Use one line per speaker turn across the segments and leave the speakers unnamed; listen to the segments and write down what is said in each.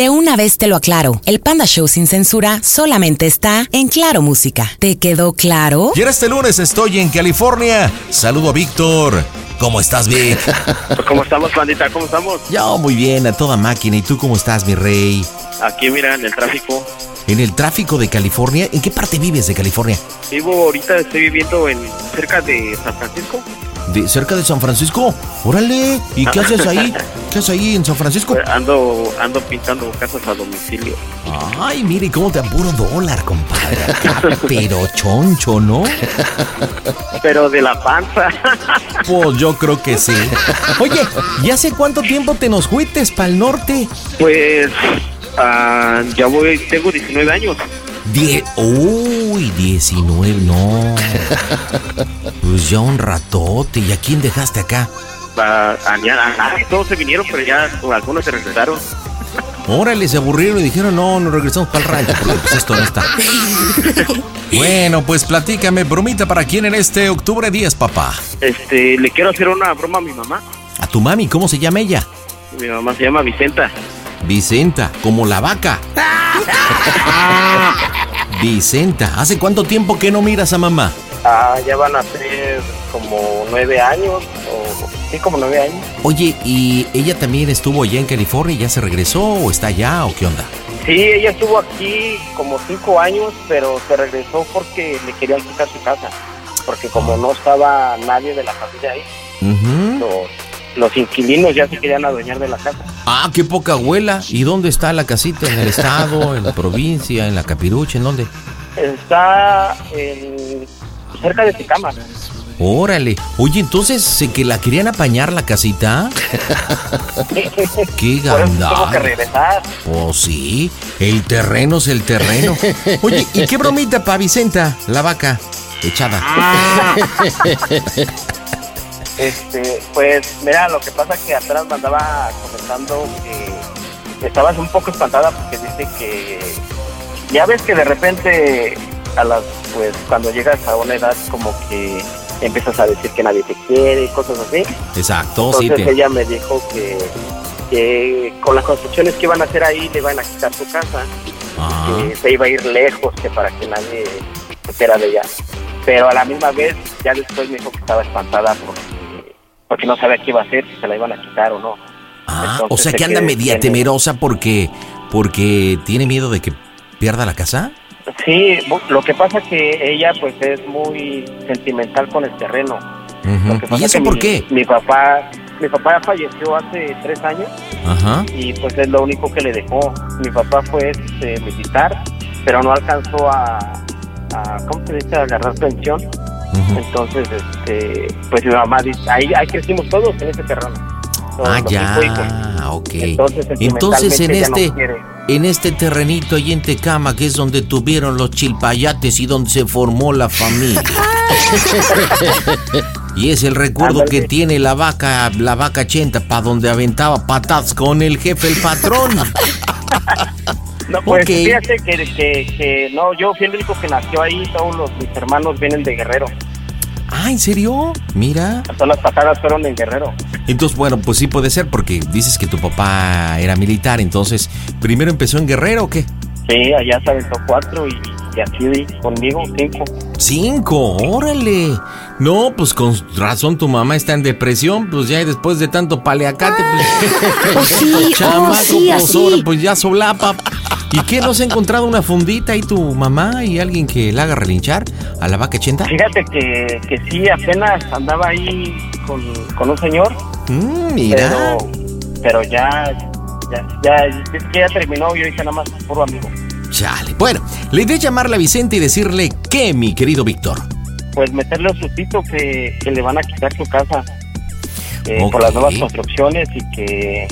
De una vez te lo aclaro, el Panda Show sin censura solamente está en Claro Música. ¿Te quedó claro?
Y ahora este lunes estoy en California. Saludo a Víctor. ¿Cómo estás, Vic?
Pues ¿Cómo estamos, pandita? ¿Cómo estamos?
Yo muy bien, a toda máquina. ¿Y tú cómo estás, mi rey?
Aquí, mira, en el tráfico.
En el tráfico de California, ¿en qué parte vives de California?
Vivo ahorita, estoy viviendo en cerca de San Francisco.
¿De cerca de San Francisco? Órale, ¿y qué haces ahí? ¿Qué haces ahí en San Francisco?
Pues Ando, ando pintando casas a domicilio.
Ay, mire cómo te apuro dólar, compadre. Ah, Pero choncho, ¿no?
Pero de la panza.
Pues yo creo que sí. Oye, ¿y hace cuánto tiempo te nos fuites para el norte?
Pues ah, ya voy, tengo 19 años.
Die Uy, 19, no. Pues ya un ratote. ¿Y a quién dejaste acá?
Ah, a- a- a- todos se vinieron, pero ya algunos se regresaron.
Órale, se aburrieron y dijeron, no, nos regresamos para el rancho, porque pues esto no está. bueno, pues platícame, bromita, ¿para quién en este octubre 10, papá?
Este, le quiero hacer una broma a mi mamá.
A tu mami, ¿cómo se llama ella?
Mi mamá se llama Vicenta.
Vicenta, como la vaca. Vicenta, ¿hace cuánto tiempo que no miras a mamá?
Ah, ya van a ser como nueve años, o sí, como nueve años.
Oye, ¿y ella también estuvo allá en California y ya se regresó o está allá o qué onda?
Sí, ella estuvo aquí como cinco años, pero se regresó porque le querían quitar su casa, porque como no estaba nadie de la familia ahí,
Ujú.
los, los inquilinos ya se querían adueñar de la casa.
Ah, qué poca abuela. ¿Y dónde está la casita? ¿En el estado? ¿En la provincia? ¿En la capirucha? ¿En dónde?
Está en- cerca de Tecama.
Órale. Oye, entonces, ¿se que la querían apañar la casita? ¡Qué
Por eso tuvo que
gandada!
regresar.
Pues sí, el terreno es el terreno. Oye, ¿y qué bromita pa' Vicenta, la vaca echada?
Este, pues mira, lo que pasa que atrás me andaba comentando que estabas un poco espantada porque dice que ya ves que de repente a las pues cuando llegas a una edad como que empiezas a decir que nadie te quiere y cosas así.
Exacto, Oh, sí.
Entonces
te-
ella me dijo que, que con las construcciones que iban a hacer ahí le van a quitar su casa
Ah,
que se iba a ir lejos, que para que nadie se entera de ella. Pero a la misma vez, ya después me dijo que estaba espantada porque, porque no sabía qué iba a hacer, si se la iban a quitar o no.
ah, o
entonces
sea
se
que anda
quede-
media
tiene-
temerosa porque, porque tiene miedo de que pierda la casa.
Sí, bu- lo que pasa que ella pues es muy sentimental con el terreno. Lo que
Ujú.
pasa
¿Y eso
que
por
mi-
qué?
Mi papá, mi papá falleció hace tres años
Ajá.
y pues es lo único que le dejó. Mi papá fue este, militar, pero no alcanzó a, a ¿cómo se dice?, a agarrar pensión.
ujú.
Entonces, este, pues mi mamá dice, ahí, ahí crecimos todos en ese terreno. Todos
Ah,
los hijos.
ya, ok.
Entonces,
Entonces en
sentimentalmente ya no
este,
quiere.
en este terrenito ahí en Tecama, que es donde tuvieron los chilpayates y donde se formó la familia. y es el recuerdo
Ándale.
que tiene la vaca, la vaca chenta, para donde aventaba patadas con el jefe, el patrón.
No, pues
Ok.
fíjate que, que, que no, yo fui el único que nació ahí, todos los, mis hermanos vienen de Guerrero.
ah, ¿en serio? Mira.
Todas las patadas fueron en Guerrero.
Entonces, bueno, pues sí puede ser, porque dices que tu papá era militar, entonces, ¿primero empezó en Guerrero o qué?
Sí, allá se aventó cuatro y, y así conmigo cinco.
Cinco, órale. No, pues con razón tu mamá está en depresión, pues ya después de tanto paleacate, pues,
Pues sí, oh, sí,
pues,
así.
ahora, pues ya solapa. ¿Y qué? ¿No se ha encontrado una fundita y tu mamá y alguien que la haga relinchar a la vaca 80?
Fíjate que, que sí, apenas andaba ahí con, con un señor,
Mm, mira.
pero, pero ya, ya, ya, es que ya terminó y ahorita nada más puro amigo.
Chale. Bueno, le idea es llamarle a Vicente y decirle que, mi querido Víctor.
Pues meterle un sustito que, que le van a quitar su casa eh, por las
Ok.
nuevas construcciones y que...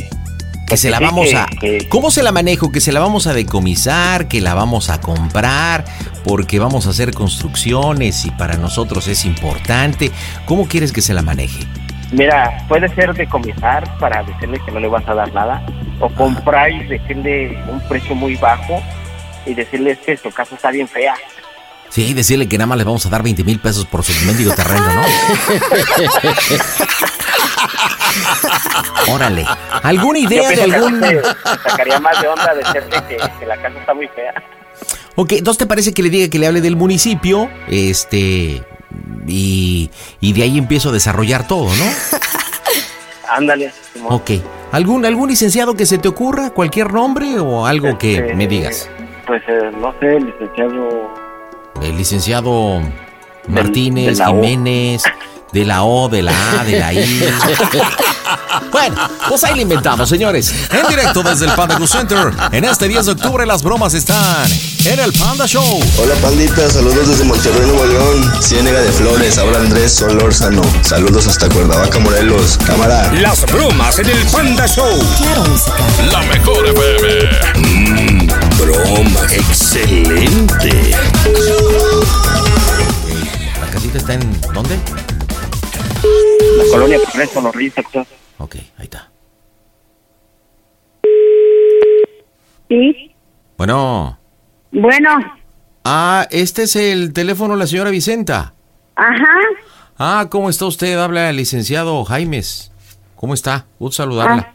Que se la
Sí,
vamos
que-
a.
que-
¿Cómo se la manejo? Que se la vamos a decomisar, que la vamos a comprar, porque vamos a hacer construcciones y para nosotros es importante. ¿Cómo quieres que se la maneje?
Mira, puede ser decomisar para decirle que no le vas a dar nada, o comprar y decirle un precio muy bajo y decirle es que su casa está bien fea.
Sí, decirle que nada más le vamos a dar 20 mil pesos por su mendigo terreno, ¿no? Órale. ¿Alguna
Yo
idea de
pienso que
algún.?
aparte sacaría más de onda decirle que, que la casa está muy fea.
Ok, entonces te parece que le diga que le hable del municipio, este, y, y de ahí empiezo a desarrollar todo, ¿no?
Ándale. Simón.
Ok. ¿Algún, ¿Algún licenciado que se te ocurra? ¿Cualquier nombre o algo que
Este,
me digas?
Pues eh, no sé, licenciado.
El licenciado
de
Martínez,
la O.
Jiménez, de la O, de la A, de la I. bueno, pues ahí lo inventamos, señores.
En directo desde el Panda Go Center. En este 10 de octubre las bromas están en el Panda Show.
Hola pandita, saludos desde Monterrey, Nuevo León, Ciénega de Flores, ahora Andrés Solórzano, saludos hasta Cuernavaca, Morelos, cámara.
Las bromas en el Panda Show.
Claro Música.
La mejor FM.
Mm,
broma, excelente.
¿La casita está en dónde?
La colonia Progreso, los Reyes Actores.
Ok, ahí está.
Sí,
Bueno.
bueno,
Ah, este es el teléfono de la señora Vicenta.
ajá,
Ah, ¿cómo está usted? Habla el licenciado Jaimes. ¿Cómo está? Un saludarla.
Ah,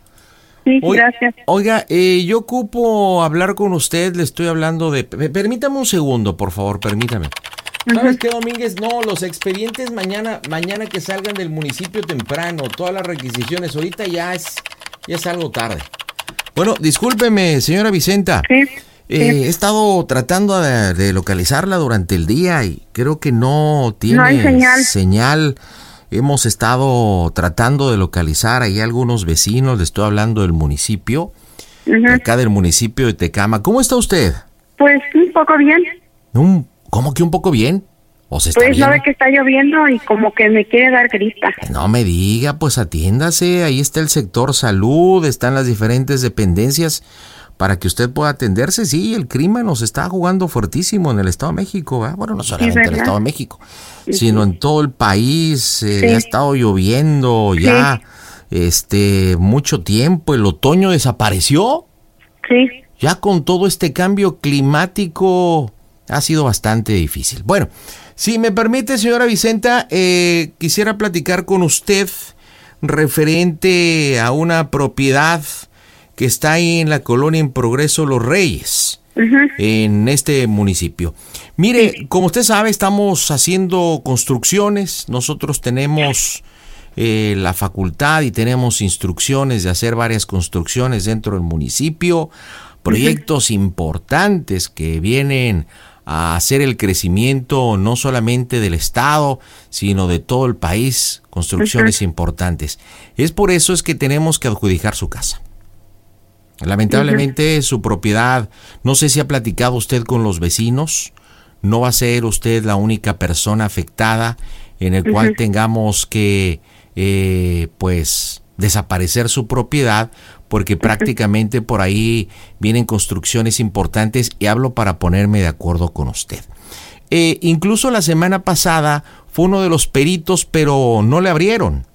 sí,
Oi-
gracias.
Oiga, eh, yo ocupo hablar con usted, le estoy hablando de... pe- Permítame un segundo, por favor, permítame. ¿Sabes qué, Domínguez? No, los expedientes mañana, mañana que salgan del municipio temprano, todas las requisiciones, ahorita ya es, ya es algo tarde. Bueno, discúlpeme, señora Vicenta.
Sí,
Eh,
sí.
He estado tratando de, de localizarla durante el día y creo que no tiene
No hay señal.
señal. Hemos estado tratando de localizar ahí a algunos vecinos, le estoy hablando del municipio, de
ujú.
acá del municipio de Tecama. ¿Cómo está usted?
Pues un poco bien.
Un- ¿Cómo que un poco bien? ¿O se está
Pues no
viendo?
ve que está lloviendo y como que me quiere dar grita.
No me diga, pues atiéndase, ahí está el sector salud, están las diferentes dependencias para que usted pueda atenderse. Sí, el crimen nos está jugando fuertísimo en el Estado de México, ¿verdad? bueno, no solamente en el
¿verdad?
Estado de México, sino en todo el país, eh, ha estado lloviendo ya este mucho tiempo, el otoño desapareció,
Sí,
ya con todo este cambio climático ha sido bastante difícil. Bueno, si me permite, señora Vicenta, eh, quisiera platicar con usted referente a una propiedad que está ahí en la colonia en progreso Los Reyes en este municipio. Mire, como usted sabe, estamos haciendo construcciones, nosotros tenemos eh, la facultad y tenemos instrucciones de hacer varias construcciones dentro del municipio, proyectos importantes que vienen a hacer el crecimiento no solamente del Estado, sino de todo el país, construcciones importantes. Es por eso es que tenemos que adjudicar su casa. Lamentablemente su propiedad, no sé si ha platicado usted con los vecinos, no va a ser usted la única persona afectada en el cual tengamos que, eh, pues, desaparecer su propiedad, porque prácticamente por ahí vienen construcciones importantes y hablo para ponerme de acuerdo con usted. Eh, incluso la semana pasada fue uno de los peritos, pero no le abrieron.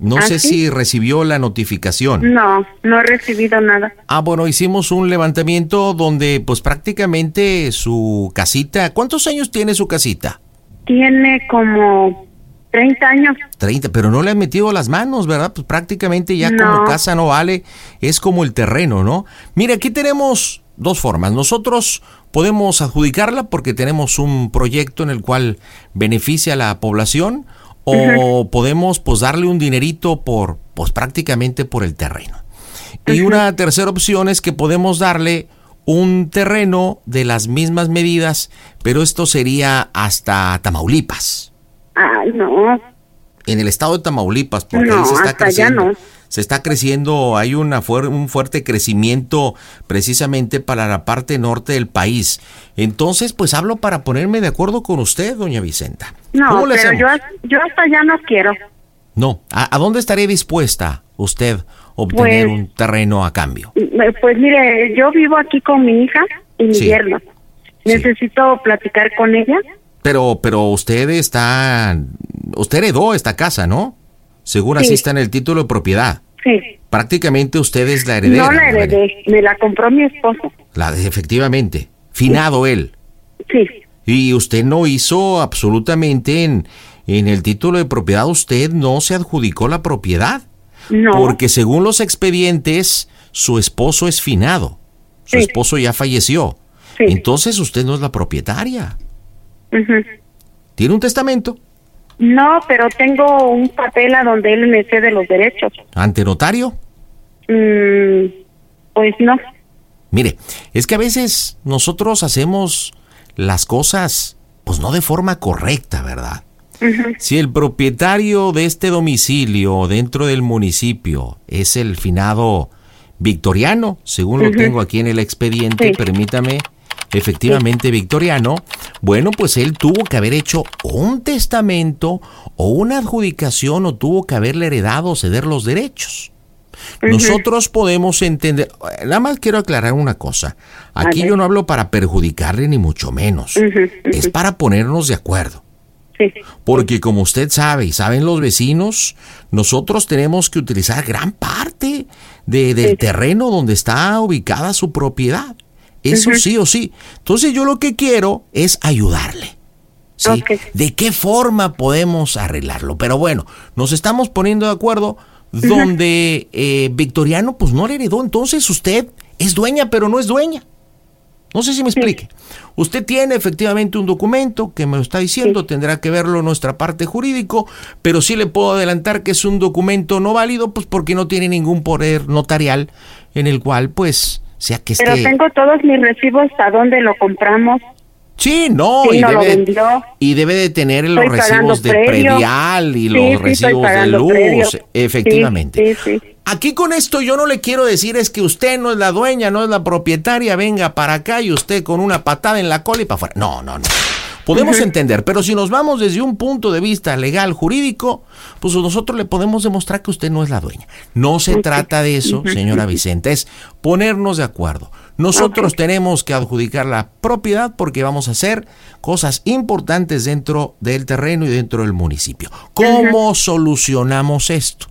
No
¿Ah,
sé
sí?
si recibió la notificación.
no, no he recibido nada.
Ah, bueno, hicimos un levantamiento donde pues prácticamente su casita, ¿cuántos años tiene su casita?
Tiene como 30 años.
30, pero no le han metido las manos, ¿verdad? Pues prácticamente ya
No.
como casa no vale, es como el terreno, ¿no? Mira, aquí tenemos dos formas. Nosotros podemos adjudicarla porque tenemos un proyecto en el cual beneficia a la población o podemos pues darle un dinerito por pues prácticamente por el terreno. Y una tercera opción es que podemos darle un terreno de las mismas medidas, pero esto sería hasta Tamaulipas,
Ay, no.
en el estado de Tamaulipas, porque
No,
ahí se está
hasta allá
creciendo.
no.
Se está creciendo, hay una fuer- un fuerte crecimiento precisamente para la parte norte del país. Entonces, pues hablo para ponerme de acuerdo con usted, doña Vicenta.
No,
¿Cómo le
pero
hacemos?
yo, as- yo hasta allá no quiero.
No, ¿a, a dónde estaría dispuesta usted obtener
Pues-
un terreno a cambio?
Eh, Pues mire, yo vivo aquí con mi hija y mi
Sí.
yerno. Necesito platicar con ella.
Pero, pero usted está, usted heredó esta casa, ¿no? Según así
Sí.
está en el título de propiedad.
Sí.
Prácticamente usted es la heredera.
No la
María.
heredé, me la compró mi esposo.
La de- efectivamente. Finado él.
Sí.
Y usted no hizo absolutamente en, en el título de propiedad, usted no se adjudicó la propiedad.
No.
Porque según los expedientes, su esposo es finado. Su
Sí.
esposo ya falleció.
Sí.
Entonces usted no es la propietaria.
Ujú.
Tiene un testamento
No, pero tengo un papel a donde él me cede los derechos.
ante notario.
Mm, pues no.
Mire, es que a veces nosotros hacemos las cosas, pues no de forma correcta, ¿verdad? Si el propietario de este domicilio dentro del municipio es el finado victoriano, según lo tengo aquí en el expediente,
Sí.
permítame, efectivamente victoriano, bueno, pues él tuvo que haber hecho un testamento o una adjudicación o tuvo que haberle heredado o ceder los derechos. Nosotros podemos entender, nada más quiero aclarar una cosa, aquí yo no hablo para perjudicarle ni mucho menos, es para ponernos de acuerdo.
Sí.
Porque como usted sabe y saben los vecinos, nosotros tenemos que utilizar gran parte de- del terreno donde está ubicada su propiedad. Eso sí o sí. Entonces yo lo que quiero es ayudarle. ¿sí?
Ok.
¿De qué forma podemos arreglarlo? Pero bueno, nos estamos poniendo de acuerdo donde eh, Victoriano pues no le heredó. Entonces usted es dueña, pero no es dueña. No sé si me explique. Usted tiene efectivamente un documento que me lo está diciendo, tendrá que verlo nuestra parte jurídico, pero sí le puedo adelantar que es un documento no válido, pues porque no tiene ningún poder notarial en el cual, pues, sea que
Pero
esté.
tengo todos mis recibos a donde lo compramos.
Sí, no,
Sí,
y,
no lo
debe,
vendió.
y debe de tener los
Estoy pagando
recibos de
predio.
predial y
Sí,
los
sí, estoy
recibos de
pagando
luz,
predio.
efectivamente.
Sí, sí, sí.
Aquí con esto yo no le quiero decir es que usted no es la dueña, no es la propietaria, venga para acá y usted con una patada en la cola y para afuera. No, no, no. Podemos entender, pero si nos vamos desde un punto de vista legal, jurídico, pues nosotros le podemos demostrar que usted no es la dueña. No se trata de eso, señora Vicente, es ponernos de acuerdo. Nosotros tenemos que adjudicar la propiedad porque vamos a hacer cosas importantes dentro del terreno y dentro del municipio. ¿Cómo solucionamos esto?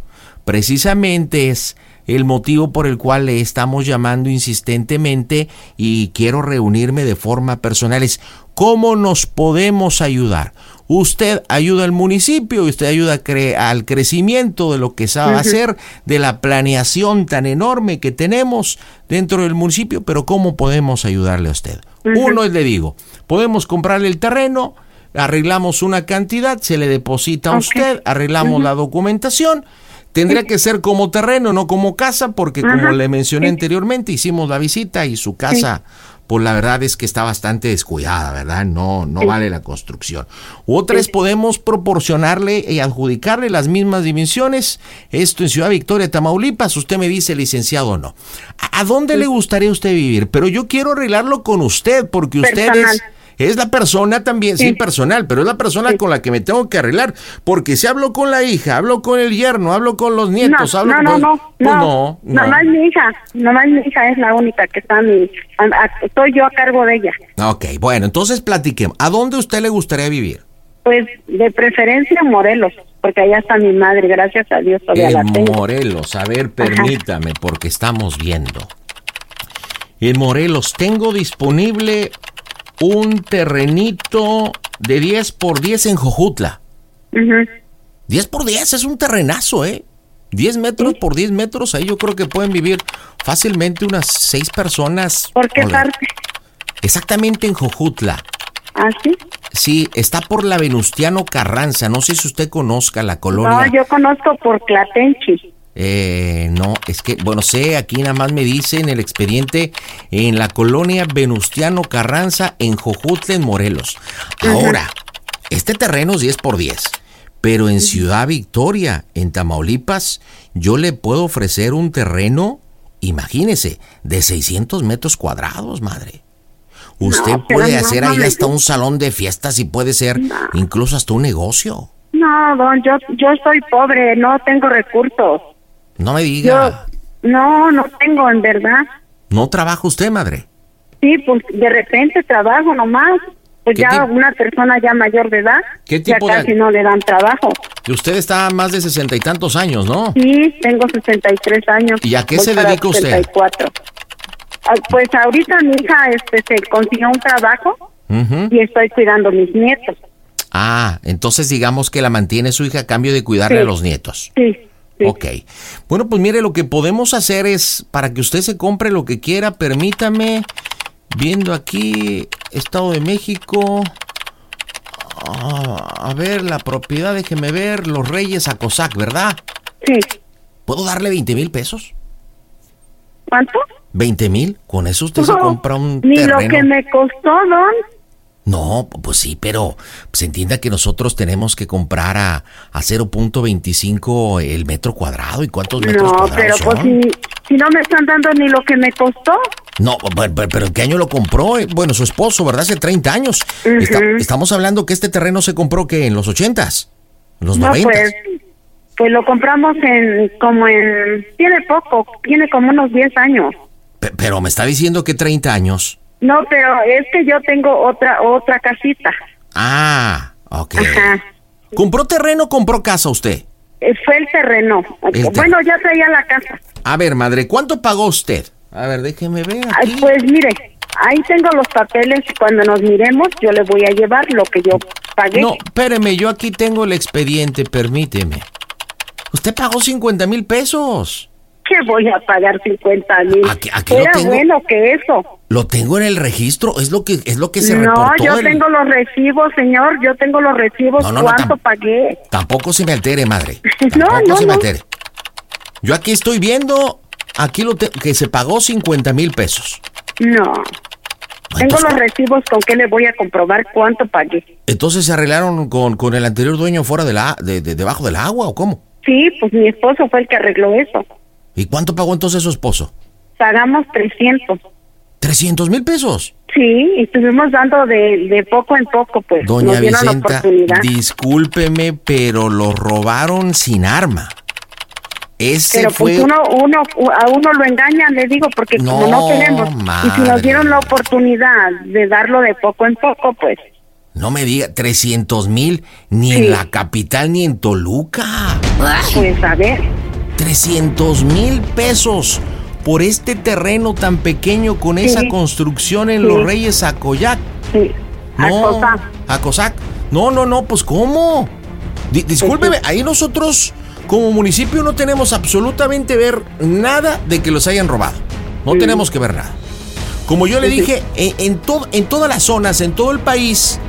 Precisamente es el motivo por el cual le estamos llamando insistentemente y quiero reunirme de forma personal. Es cómo nos podemos ayudar. Usted ayuda al municipio, usted ayuda a cre- al crecimiento de lo que se va a hacer, de la planeación tan enorme que tenemos dentro del municipio, pero ¿cómo podemos ayudarle a usted? Uno es, le digo, podemos comprarle el terreno, arreglamos una cantidad, se le deposita a
Ok.
usted, arreglamos la documentación. Tendría que ser como terreno, no como casa, porque como
Ajá,
le mencioné
sí.
anteriormente, hicimos la visita y su casa, pues la verdad es que está bastante descuidada, ¿verdad? No, no vale la construcción. Otra es podemos proporcionarle y adjudicarle las mismas dimensiones. Esto en Ciudad Victoria, Tamaulipas, usted me dice licenciado no. ¿A a dónde le gustaría usted vivir? Pero yo quiero arreglarlo con usted, porque usted es...
Personal.
Es la persona también, sí,
Sí.
personal, pero es la persona con la que me tengo que arreglar. Porque si hablo con la hija, hablo con el yerno, hablo con los nietos,
no,
hablo
no,
con.
no, no,
Pues
no,
no,
Nomás mi hija, nomás mi hija es la única que está a mi, a- a- estoy yo a cargo de ella.
Ok, bueno, entonces platiquemos. ¿A dónde usted le gustaría vivir?
Pues de preferencia Morelos, porque allá está mi madre, gracias a Dios todavía Pues la
En
tengo.
Morelos, a ver, permítame, porque estamos viendo. En Morelos, tengo disponible un terrenito de 10 por 10 en Jojutla.
Ujú.
10 por 10 es un terrenazo, ¿eh? 10 metros por 10 metros, ahí yo creo que pueden vivir fácilmente unas 6 personas.
¿Por qué
Hola.
parte?
Exactamente en Jojutla.
¿Ah, sí?
Sí, está por la Venustiano Carranza. No sé si usted conozca la
No,
colonia.
yo conozco por Clatenchi.
Eh, no, es que, bueno, sé, aquí nada más me dice en el expediente, en la colonia Venustiano Carranza, en Jojutla, en Morelos. Ahora, este terreno es 10 por 10, pero en Ciudad Victoria, en Tamaulipas, yo le puedo ofrecer un terreno, imagínese, de 600 metros cuadrados, madre. Usted
No, pero
puede
no,
hacer ahí
no,
hasta
no.
un salón de fiestas y puede ser incluso hasta un negocio.
No, don, yo, yo soy pobre, no tengo recursos.
No me
Yo,
diga,
no, no tengo, en verdad.
¿no trabaja usted, madre?
Sí, pues de repente trabajo nomás. Pues
¿Qué
ya
ti-
una persona ya mayor de edad,
¿Qué
ya
tipo de-
casi no le dan trabajo.
Y usted está más de sesenta y tantos años, ¿no?
Sí, tengo 63 años.
¿Y a qué
Voy
se
para
dedica usted?
64. Ah, Pues ahorita mi hija este, se consiguió un trabajo
Ujú.
y estoy cuidando mis nietos.
Ah, entonces digamos que la mantiene su hija a cambio de cuidarle
Sí.
a los nietos.
Sí, sí.
Ok. Bueno, pues mire, lo que podemos hacer es, para que usted se compre lo que quiera, permítame, viendo aquí, Estado de México. Ah, a ver, la propiedad, déjeme ver, Los Reyes a Cosac, ¿verdad?
Sí.
¿Puedo darle 20 mil pesos?
¿Cuánto?
¿20 mil? Con eso usted se
No,
compra un
Ni
terreno.
lo que me costó, don.
No, pues sí, pero se entienda que nosotros tenemos que comprar a, a 0.25 el metro cuadrado. ¿Y cuántos metros
No, pero
cuadrados
pues
son?
si, si no me están dando ni lo que me costó.
No, pe- pe- pero, ¿en qué año lo compró? Eh, Bueno, su esposo, ¿verdad? Hace 30 años. Está-
Ujú.
estamos hablando que este terreno se compró que en los 80s, en los
No,
90s.
pues, pues lo compramos en, como en, tiene poco, tiene como unos 10 años.
Pe- pero me está diciendo que 30 años.
No, pero es que yo tengo otra, otra casita.
Ah, ok.
Ajá.
¿Compró terreno o compró casa usted?
Eh, Fue el terreno.
terreno.
Bueno, ya traía la casa.
A ver, madre, ¿cuánto pagó usted? A ver, déjeme ver.
Ay,
aquí.
Pues mire, ahí tengo los papeles y cuando nos miremos yo le voy a llevar lo que yo pagué.
No, espéreme, yo aquí tengo el expediente, permíteme. Usted pagó 50 mil pesos.
¿Qué voy a pagar 50 mil?
Aquí- aquí lo
Era
tengo.
bueno que eso.
Lo tengo en el registro, es lo que, es lo que se
No,
reportó.
yo
el-
tengo los recibos, señor. Yo tengo los recibos.
No, no, no,
¿Cuánto
tam-
pagué?
Tampoco se me altere, madre.
No,
Tampoco
no,
se me
no.
altere. Yo aquí estoy viendo, aquí lo te- que se pagó 50 mil pesos.
No.
Ay,
Tengo
pues,
los recibos con qué le voy a comprobar cuánto pagué.
Entonces se arreglaron con, con el anterior dueño fuera de la, de- de- debajo del agua o cómo?
Sí, pues mi esposo fue el que arregló eso.
¿Y cuánto pagó entonces su esposo?
Pagamos 300.
300 mil pesos.
Sí, y estuvimos dando de, de poco en poco, pues.
Doña
nos dieron la
Vicenta,
oportunidad.
discúlpeme, pero lo robaron sin arma. Ese
Pero
fue.
pues uno, uno, a uno lo engañan, le digo, porque como
No,
no tenemos. Y si
madre.
nos dieron la oportunidad de darlo de poco en poco, pues.
No me diga, 300 mil, ni
Sí.
en la capital ni en Toluca.
Pues a ver.
300 mil pesos por este terreno tan pequeño con esa construcción en
Sí.
Los Reyes Acoyac.
Sí. a
No,
cosa.
Acosac. No, no, no, pues ¿cómo? Di- discúlpeme, ahí nosotros como municipio no tenemos absolutamente ver nada de que los hayan robado. No tenemos que ver nada. Como yo le dije, en, en to- en todas las zonas, en todo el país,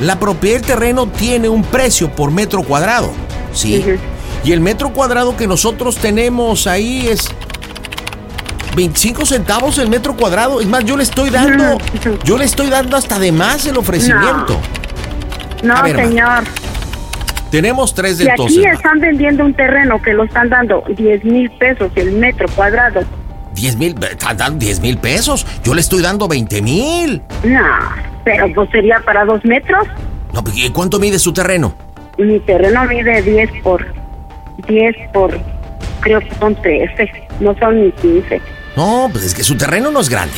la propiedad del terreno tiene un precio por metro cuadrado. Sí.
Ujú.
Y el metro cuadrado que nosotros tenemos ahí es 25 centavos el metro cuadrado. Es más, yo le estoy dando,
Ujú.
yo le estoy dando hasta de más el ofrecimiento. A
No,
ver, ma.
señor.
Tenemos tres de
Y aquí
entonces.
están vendiendo un terreno que lo están dando 10 mil pesos el metro cuadrado.
10 mil, eh, están dando 10 mil pesos. Yo le estoy dando 20 mil.
No, pero pues sería para dos metros.
No, pues, ¿y ¿Cuánto mide su terreno?
Mi terreno mide 10 por 10 por, creo que son 13, no son ni 15.
No, pues es que su terreno no es grande.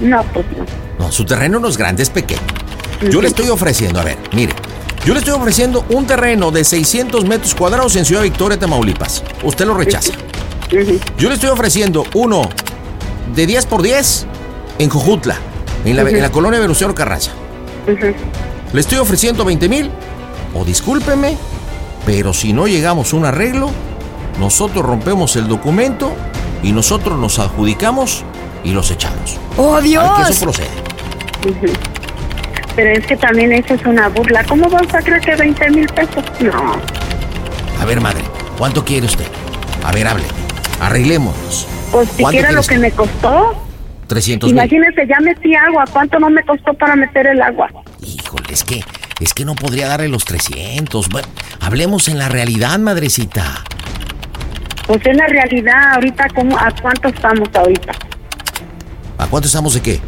No, pues no.
No, su terreno no es grande, es pequeño. Yo le estoy ofreciendo, a ver, mire, yo le estoy ofreciendo un terreno de 600 metros cuadrados en Ciudad Victoria, Tamaulipas. Usted lo rechaza.
Ujú.
Yo le estoy ofreciendo uno de 10 por 10 en Jojutla, en la, en la colonia Venustiano Carranza. Le estoy ofreciendo 20 mil, o discúlpeme, pero si no llegamos a un arreglo, Nosotros rompemos el documento y nosotros nos adjudicamos y los echamos.
¡Oh,
Al que
Dios!
eso procede.
Ujú. Pero es que también eso es una burla. ¿Cómo vas a creer que 20 mil pesos? No.
A ver, madre, ¿cuánto quiere usted? A ver, hable. Arreglémonos.
Pues
¿Cuánto
siquiera lo
quieres?
que me costó.
300 mil.
Imagínese, ya metí agua. ¿Cuánto no me costó para meter el agua?
Híjole, es que, es que no podría darle los 300. Bueno, hablemos en la realidad, madrecita.
Pues es la realidad ahorita. ¿cómo, ¿A cuánto estamos ahorita?
¿A cuánto estamos de qué?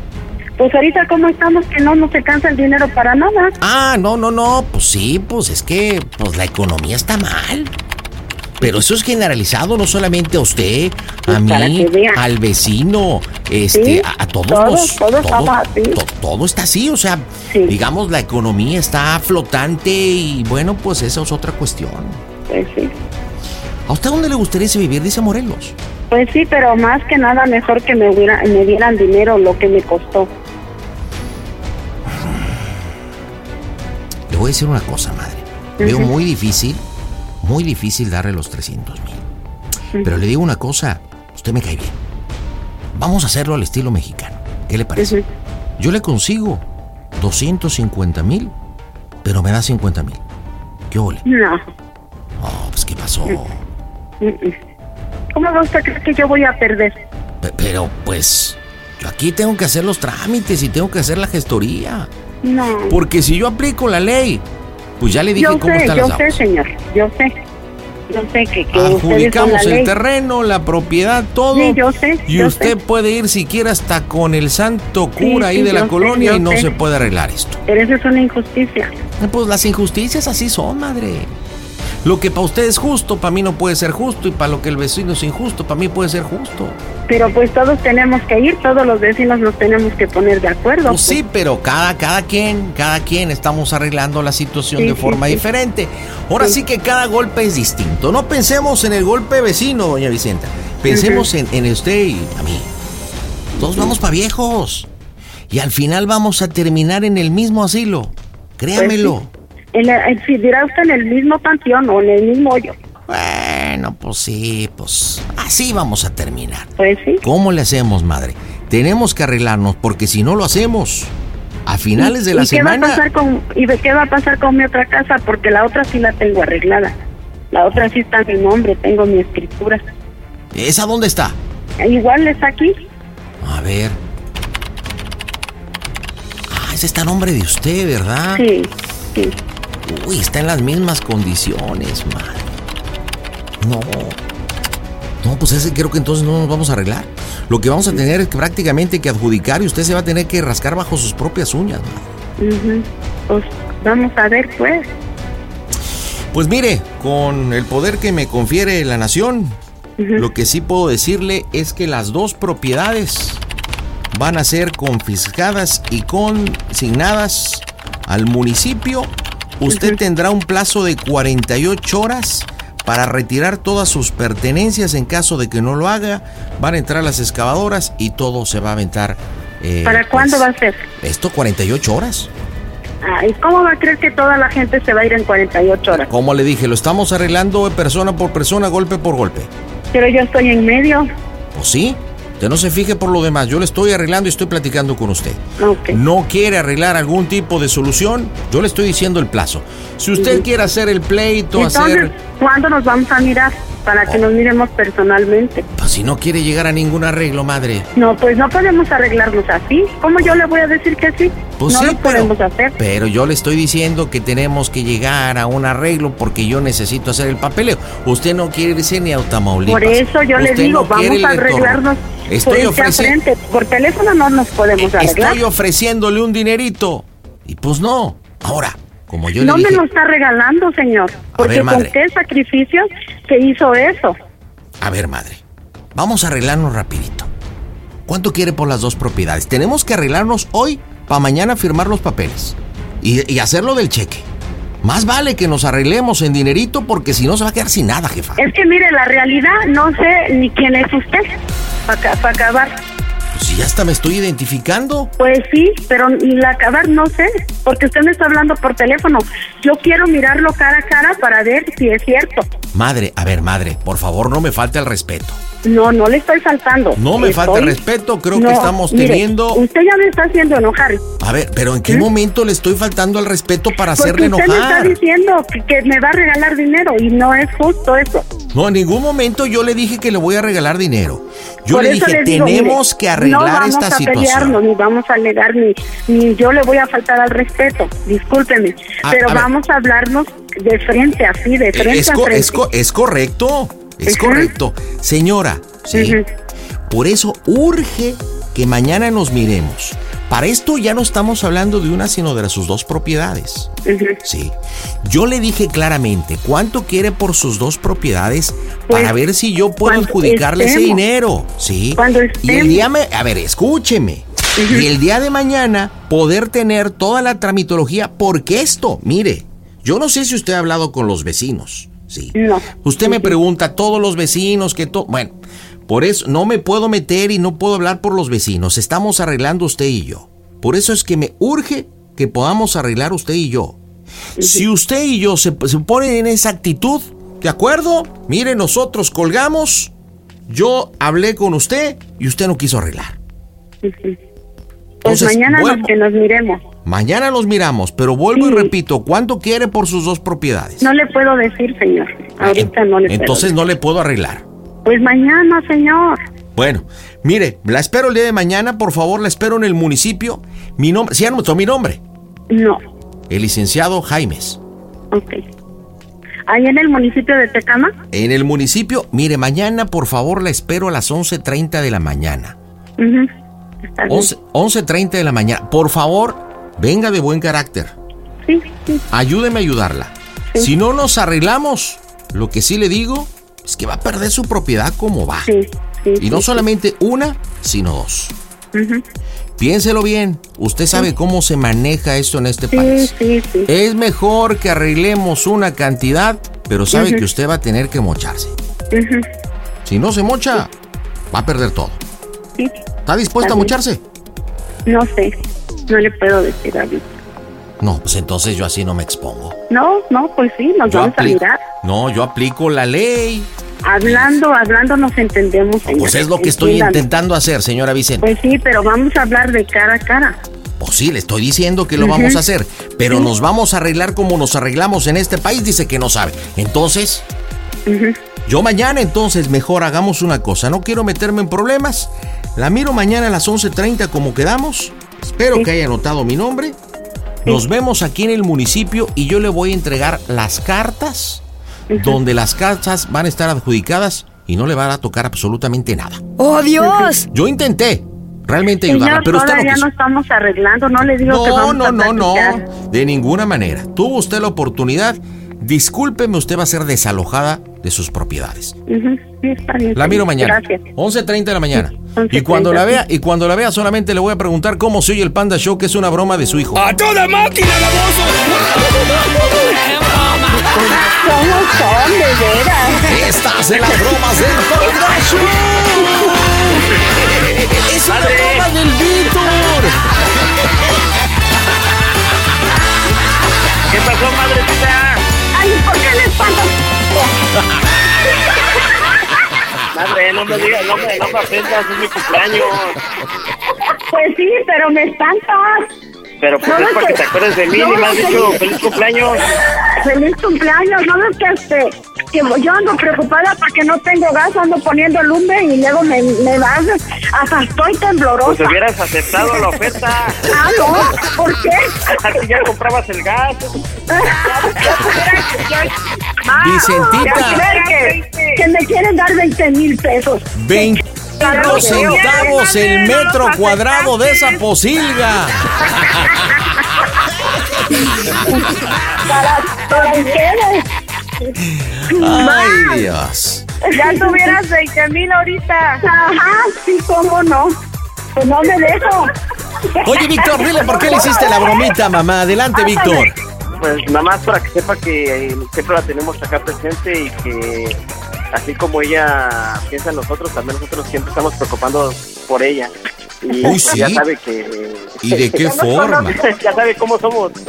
Pues ahorita, ¿cómo estamos? Que no nos alcanza el dinero para nada.
Ah, no, no, no, pues sí, pues es que pues la economía está mal. Pero eso es generalizado no solamente a usted, a
Pues para
mí,
que vea.
al vecino, este,
Sí,
a, a todos,
todos,
nos-
todos estamos así.
todo está así, o sea,
Sí.
digamos la economía está flotante y bueno, pues esa es otra cuestión.
Pues sí.
¿A usted dónde le gustaría irse a vivir? Dice Morelos.
Pues sí, pero más que nada mejor que me, hubiera- me dieran dinero lo que me costó.
Le voy a decir una cosa, madre. Veo muy difícil, muy difícil darle los 300 mil. Pero le digo una cosa, usted me cae bien. Vamos a hacerlo al estilo mexicano. ¿Qué le parece?
Ujú.
Yo le consigo 250 mil, pero me da 50 mil. ¿Qué ole?
No.
Oh, pues ¿qué pasó?
¿Cómo va usted a creer que yo voy a perder?
Pe- Pero pues, yo aquí tengo que hacer los trámites y tengo que hacer la gestoría.
No.
Porque si yo aplico la ley, pues ya le dije
Yo
cómo
sé,
están
yo
las
sé,
aguas.
señor. Yo sé. Yo sé que, que ustedes son Este, la
Ah, Adjudicamos el
ley.
terreno, la propiedad, todo.
Sí, yo sé,
Y
yo
usted
sé.
puede ir siquiera hasta con el santo cura
Sí,
ahí
sí,
de
yo
la
sé,
colonia
yo
y no
sé.
se puede arreglar esto.
Pero eso es una injusticia.
Eh, Pues las injusticias así son, madre. Lo que para usted es justo, para mí no puede ser justo. Y para lo que el vecino es injusto, para mí puede ser justo.
Pero pues todos tenemos que ir, todos los vecinos nos tenemos que poner de acuerdo.
Pues sí, pero cada, cada quien, cada quien estamos arreglando la situación
Sí,
de
sí,
forma
sí.
diferente. Ahora sí. que cada golpe es distinto. No pensemos en el golpe vecino, doña Vicenta. Pensemos en, en usted y a mí. Todos vamos para viejos. Y al final vamos a terminar en el mismo asilo. Créamelo.
En la- en- si dirá usted en el mismo panteón o en el mismo hoyo.
Bueno, pues sí, pues así vamos a terminar.
Pues sí.
¿Cómo le hacemos, madre? Tenemos que arreglarnos porque si no lo hacemos, a finales de la
¿Y qué
semana...
va a pasar con y de qué va a pasar con mi otra casa? Porque la otra sí la tengo arreglada. La otra sí está mi nombre, tengo mi escritura.
¿Esa dónde está?
Igual está aquí.
A ver. Ah, ese está a nombre de usted, ¿verdad?
Sí, sí.
Uy, está en las mismas condiciones, madre. No. No, pues ese creo que entonces no nos vamos a arreglar. Lo que vamos a tener es que prácticamente que adjudicar y usted se va a tener que rascar bajo sus propias uñas. madre.
Ujú. Pues vamos a ver, pues.
Pues mire, con el poder que me confiere la nación, lo que sí puedo decirle es que las dos propiedades van a ser confiscadas y consignadas al municipio. Usted tendrá un plazo de 48 horas para retirar todas sus pertenencias. En caso de que no lo haga, van a entrar las excavadoras y todo se va a aventar. eh,
¿Para cuándo va a ser?
Esto 48 horas.
Ay, ¿Cómo va a creer que toda la gente se va a ir en 48 horas?
Como le dije, lo estamos arreglando persona por persona, golpe por golpe.
Pero yo estoy en medio.
Pues sí, usted no se fije por lo demás. Yo le estoy arreglando y estoy platicando con usted.
Ok.
no quiere arreglar algún tipo de solución, yo le estoy diciendo el plazo. Si usted quiere hacer el pleito,
Entonces,
hacer...
¿cuándo nos vamos a mirar? Para que nos miremos personalmente.
Pues si no quiere llegar a ningún arreglo, madre.
No, pues no podemos arreglarnos así. ¿Cómo yo le voy a decir que sí?
Pues
no
sí,
lo
pero,
podemos hacer.
pero yo le estoy diciendo que tenemos que llegar a un arreglo porque yo necesito hacer el papeleo. Usted no quiere irse ni a Tamaulipas.
Por eso yo le
Usted
digo,
no quiere
vamos a
el entorno.
arreglarnos
Estoy,
frente a
ofreci-
frente. Por teléfono no nos podemos arreglar.
estoy ofreciéndole un dinerito. Y pues no. Ahora, como yo
no
le
me
dije...
lo está regalando, señor. Porque
ver,
con
madre.
qué sacrificio se hizo eso.
A ver, madre, vamos a arreglarnos rapidito. ¿Cuánto quiere por las dos propiedades? Tenemos que arreglarnos hoy para mañana firmar los papeles y, y hacerlo del cheque. Más vale que nos arreglemos en dinerito porque si no se va a quedar sin nada, jefa.
Es que mire, la realidad no sé ni quién es usted. Para acabar.
Pues si ya hasta me estoy identificando.
Pues sí, pero ni la acabar no sé, porque usted me está hablando por teléfono. Yo quiero mirarlo cara a cara para ver si es cierto.
Madre, a ver, madre, por favor no me falte al respeto.
No, no le estoy faltando.
No me
Estoy-
falte el respeto, creo
No,
que estamos
mire,
teniendo...
Usted ya me está haciendo enojar.
A ver, pero ¿en qué
¿Mm?
momento le estoy faltando al respeto para hacerle
porque usted me está
enojar?
diciendo que, que me va a regalar dinero y no es justo eso.
No, en ningún momento yo le dije que le voy a regalar dinero. Yo
Por
le
eso
dije,
digo, mire,
tenemos que
no
arreglar
vamos
esta
a
situación.
pelearnos, ni vamos a alegar, ni, ni yo le voy a faltar al respeto, discúlpeme, pero
A- Ah, a ver. Eh,
vamos a hablarnos de frente, así, de frente
Es,
a
co-
frente.
es co- es correcto, es
Ujú.
correcto. Señora, sí.
Ujú.
Por eso urge que mañana nos miremos. Para esto ya no estamos hablando de una, sino de sus dos propiedades.
Ujú.
Sí. Yo le dije claramente cuánto quiere por sus dos propiedades
Pues,
para ver si yo puedo
cuando
adjudicarle ese
estemos.
dinero. Sí.
Cuando
y el
estemos.
día me, a ver, escúcheme. Y el día de mañana poder tener toda la tramitología porque esto, mire, yo no sé si usted ha hablado con los vecinos. Sí.
No.
Usted me pregunta todos los vecinos que todo, bueno, por eso no me puedo meter y no puedo hablar por los vecinos. Estamos arreglando usted y yo. Por eso es que me urge que podamos arreglar usted y yo. Si usted y yo se, se ponen en esa actitud, ¿de acuerdo? Mire, nosotros colgamos, yo hablé con usted y usted no quiso arreglar.
Pues
Entonces,
mañana
vuelvo.
nos, que nos miremos.
Mañana nos miramos, pero vuelvo y
Sí.
repito, ¿cuánto quiere por sus dos propiedades?
No le puedo decir, señor. Ahorita no le puedo
Entonces no le puedo arreglar.
decir. Pues mañana, señor.
Bueno, mire, la espero el día de mañana, por favor, la espero en el municipio. Mi nombre, sí anotó mi nombre,
No.
el licenciado Jaimes.
Ok. Ahí en el municipio de Tecama.
En el municipio, mire, mañana, por favor, la espero a las 11.30 de la mañana.
Ujú. Está bien.
11 11.30 de la mañana. Por favor, venga de buen carácter.
Sí, sí.
Ayúdeme a ayudarla.
Sí.
Si no nos arreglamos, lo que sí le digo es que va a perder su propiedad como va.
Sí, sí,
Y no
sí,
solamente una, sino dos.
Ujú.
Piénselo bien. Usted sabe cómo se maneja esto en este
Sí,
país.
sí, sí.
Es mejor que arreglemos una cantidad, pero sabe
Ujú.
que usted va a tener que mocharse.
Ujú.
Si no se mocha, va a perder todo.
Sí.
¿Está dispuesta a
Así es.
mocharse?
No sé. No le puedo decir ahorita.
No, pues entonces yo así no me expongo.
No, no, pues sí, nos
Yo
vamos a
aplico-
mirar.
No, yo aplico la ley.
Hablando, hablando nos entendemos, señor.
Pues es lo que estoy
Entiéndame.
intentando hacer, señora Vicente.
Pues sí, pero vamos a hablar de cara a cara.
Pues sí, le estoy diciendo que lo vamos a hacer, pero nos vamos a arreglar como nos arreglamos en este país, dice que no sabe. Entonces, yo mañana entonces mejor hagamos una cosa, no quiero meterme en problemas. La miro mañana a las 11.30 como quedamos. Espero que haya anotado mi nombre. Nos vemos aquí en el municipio y yo le voy a entregar las cartas, donde las cartas van a estar adjudicadas y no le van a tocar absolutamente nada.
¡Oh, Dios!
Yo intenté realmente ayudarla,
Señor,
pero usted no
todavía
quiso.
no estamos arreglando, no le digo que
No,
vamos a
no, no, no.
platicar.
De ninguna manera. Tuvo usted la oportunidad. Discúlpeme, usted va a ser desalojada de sus propiedades.
Ujú, Sí, está bien.
La miro
señor.
mañana.
Gracias.
11.30 de la mañana. Y
11:30,
cuando la
sí.
vea, y cuando la vea solamente le voy a preguntar cómo se oye el Panda Show, que es una broma de su hijo.
¡A toda máquina, baboso!
¿Cómo son, de veras?
Estas en las bromas del Panda Show. Es una broma del Víctor.
¿Qué pasó, madrecita?
Ay, ¿por qué le espantan?
Madre, no me digas, no me, no me ofendas, es mi cumpleaños.
Pues sí, pero me espantas.
Pero pues
No,
es
no
para que
sé.
te acuerdes de mí,
No,
ni me has
no sé.
dicho feliz cumpleaños.
Feliz cumpleaños, no ves que este, que yo ando preocupada porque no tengo gas, ando poniendo lumbre y luego me, me vas, hasta estoy
Pues
temblorosa.
hubieras aceptado la oferta.
Ah, no, ¿por qué?
Así ya comprabas el gas.
Ah,
Vicentita.
ya creer que, que me quieren dar 20 mil pesos.
21 centavos el metro cuadrado de esa posilga.
Para, para ustedes.
Ay, Dios.
Ya tuvieras 20 mil ahorita. Ajá, sí, cómo no. Pues no me dejo.
Oye, Víctor, dile por qué le hiciste la bromita, mamá. Adelante, Víctor.
Pues nada más para que sepa que eh, siempre la tenemos acá presente y que así como ella pues, piensa en nosotros, también nosotros siempre estamos preocupando por ella.
Y
Uy, sí.
ya sabe que...
¿Y de qué
ya nos
forma?
conoce, Ya sabe cómo somos de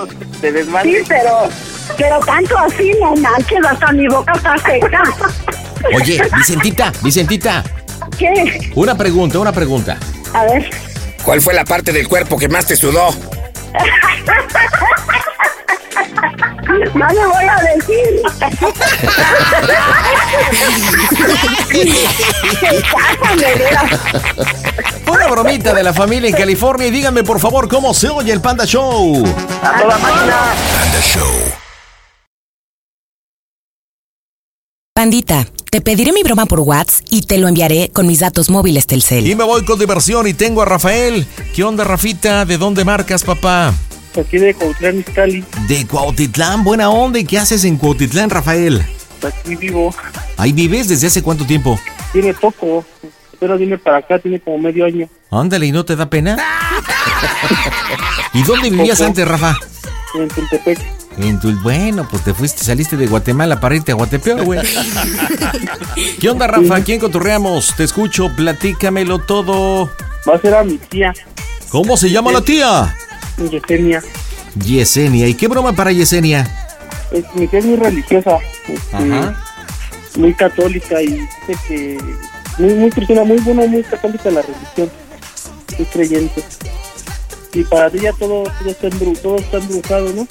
Sí,
desmadre.
pero, pero tanto así, no manches, hasta mi boca está seca.
Oye, Vicentita, Vicentita,
¿Qué?
una pregunta, una pregunta.
A ver.
¿Cuál fue la parte del cuerpo que más te sudó?
No le voy a decir. Se pasan, de veras.
Una bromita de la familia en California y díganme por favor cómo se oye el Panda Show.
A toda máquina.
Pandita, te pediré mi broma por WhatsApp y te lo enviaré con mis datos móviles Telcel.
Y me voy con diversión y tengo a Rafael. ¿Qué onda, Rafita? ¿De dónde marcas, papá?
Aquí de Cuautlán, Cali,
De Cuautitlán, buena onda. ¿Y qué haces en Cuautitlán, Rafael?
aquí vivo.
Ahí vives desde hace cuánto tiempo.
Tiene poco, pero viene para acá, tiene como medio año.
Ándale, ¿y no te da pena? ¿Y dónde vivías
Poco.
antes, Rafa?
En Tultepec.
En tu, bueno, pues te fuiste, saliste de Guatemala para irte a Guatepeo, güey. ¿Qué onda, Rafa? ¿A ¿Quién cotorreamos? Te escucho, platícamelo todo.
Va a ser a mi tía,
¿Cómo se llama la tía?
Yesenia.
Yesenia. ¿Y qué broma para Yesenia?
Es- mi tía es muy religiosa, este,
Ajá.
muy católica y dice que muy, muy cristiana, muy buena, muy católica la religión, muy creyente. Y para ella todo, todo, está, embru- todo está embrujado, ¿no?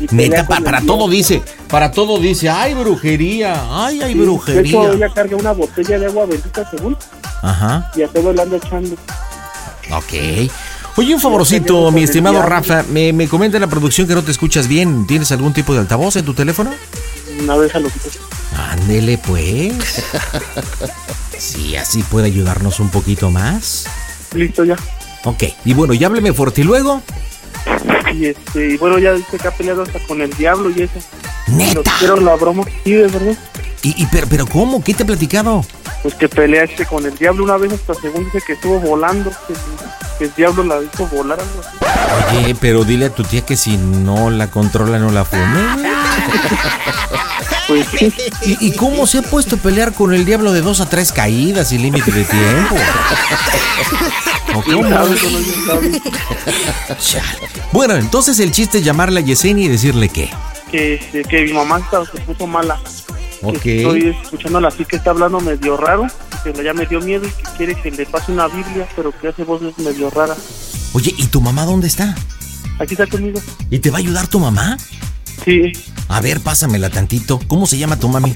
Y pelea
Neta,
con
pa-
el
para
diablo.
todo dice. Para todo dice. ¡Ay, brujería! ¡Ay, hay
Sí, De hecho,
brujería!
ella carga una botella de agua bendita según
Ajá.
y a todo le anda echando.
Ok. Oye, un favorcito,
Tenemos
mi estimado
comercial.
Rafa. Me, me comenta en la producción que no te escuchas bien. ¿Tienes algún tipo de altavoz en tu teléfono?
Una vez a lo que
Ándele, pues. Sí, así puede ayudarnos un poquito más.
Listo ya.
Ok. Y bueno, ya hábleme fuerte y luego.
Y este, y bueno, ya dice que ha peleado hasta con el diablo y eso. Pero
¡Neta!
quiero la broma. Sí, de verdad.
¿Y, y pero, pero cómo? ¿Qué te ha platicado?
Pues que peleaste con el diablo una vez hasta según dice que estuvo volando, que, que el diablo la hizo volar algo así.
Oye, Eh, pero dile a tu tía que si no la controla, no la fume. güey.
Pues sí,
¿Y, y cómo se ha puesto a pelear con el diablo de dos a tres caídas y límite de tiempo? ¿O cómo?
sabe, con el diablo,
Chale. Bueno, entonces el chiste es llamarle a Yesenia y decirle que.
que, este, que mi mamá está- se puso mala.
Ok.
Que Estoy escuchándola así que está hablando medio raro, que ya me dio miedo y que quiere que le pase una Biblia, pero que hace voces medio raras.
Oye, ¿y tu mamá dónde está?
Aquí está conmigo.
¿Y te va a ayudar tu mamá?
Sí,
A ver, pásamela tantito. ¿Cómo se llama tu mami?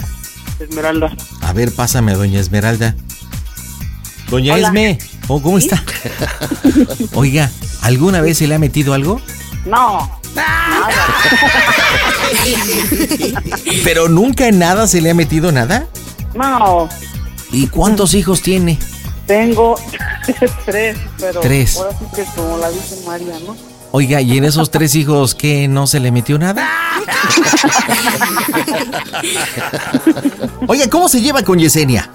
Esmeralda.
A ver, pásame a doña Esmeralda. Doña Esme, oh, ¿cómo está? Oiga, ¿alguna vez se le ha metido algo?
No,
Pero nunca en nada se le ha metido nada.
no.
¿Y cuántos hijos tiene?
Tengo tres, pero
Tres.
ahora sí que como la dice María, ¿no?
Oiga, ¿y en esos tres hijos qué? ¿No se le metió nada? Oiga, ¿cómo se lleva con Yesenia?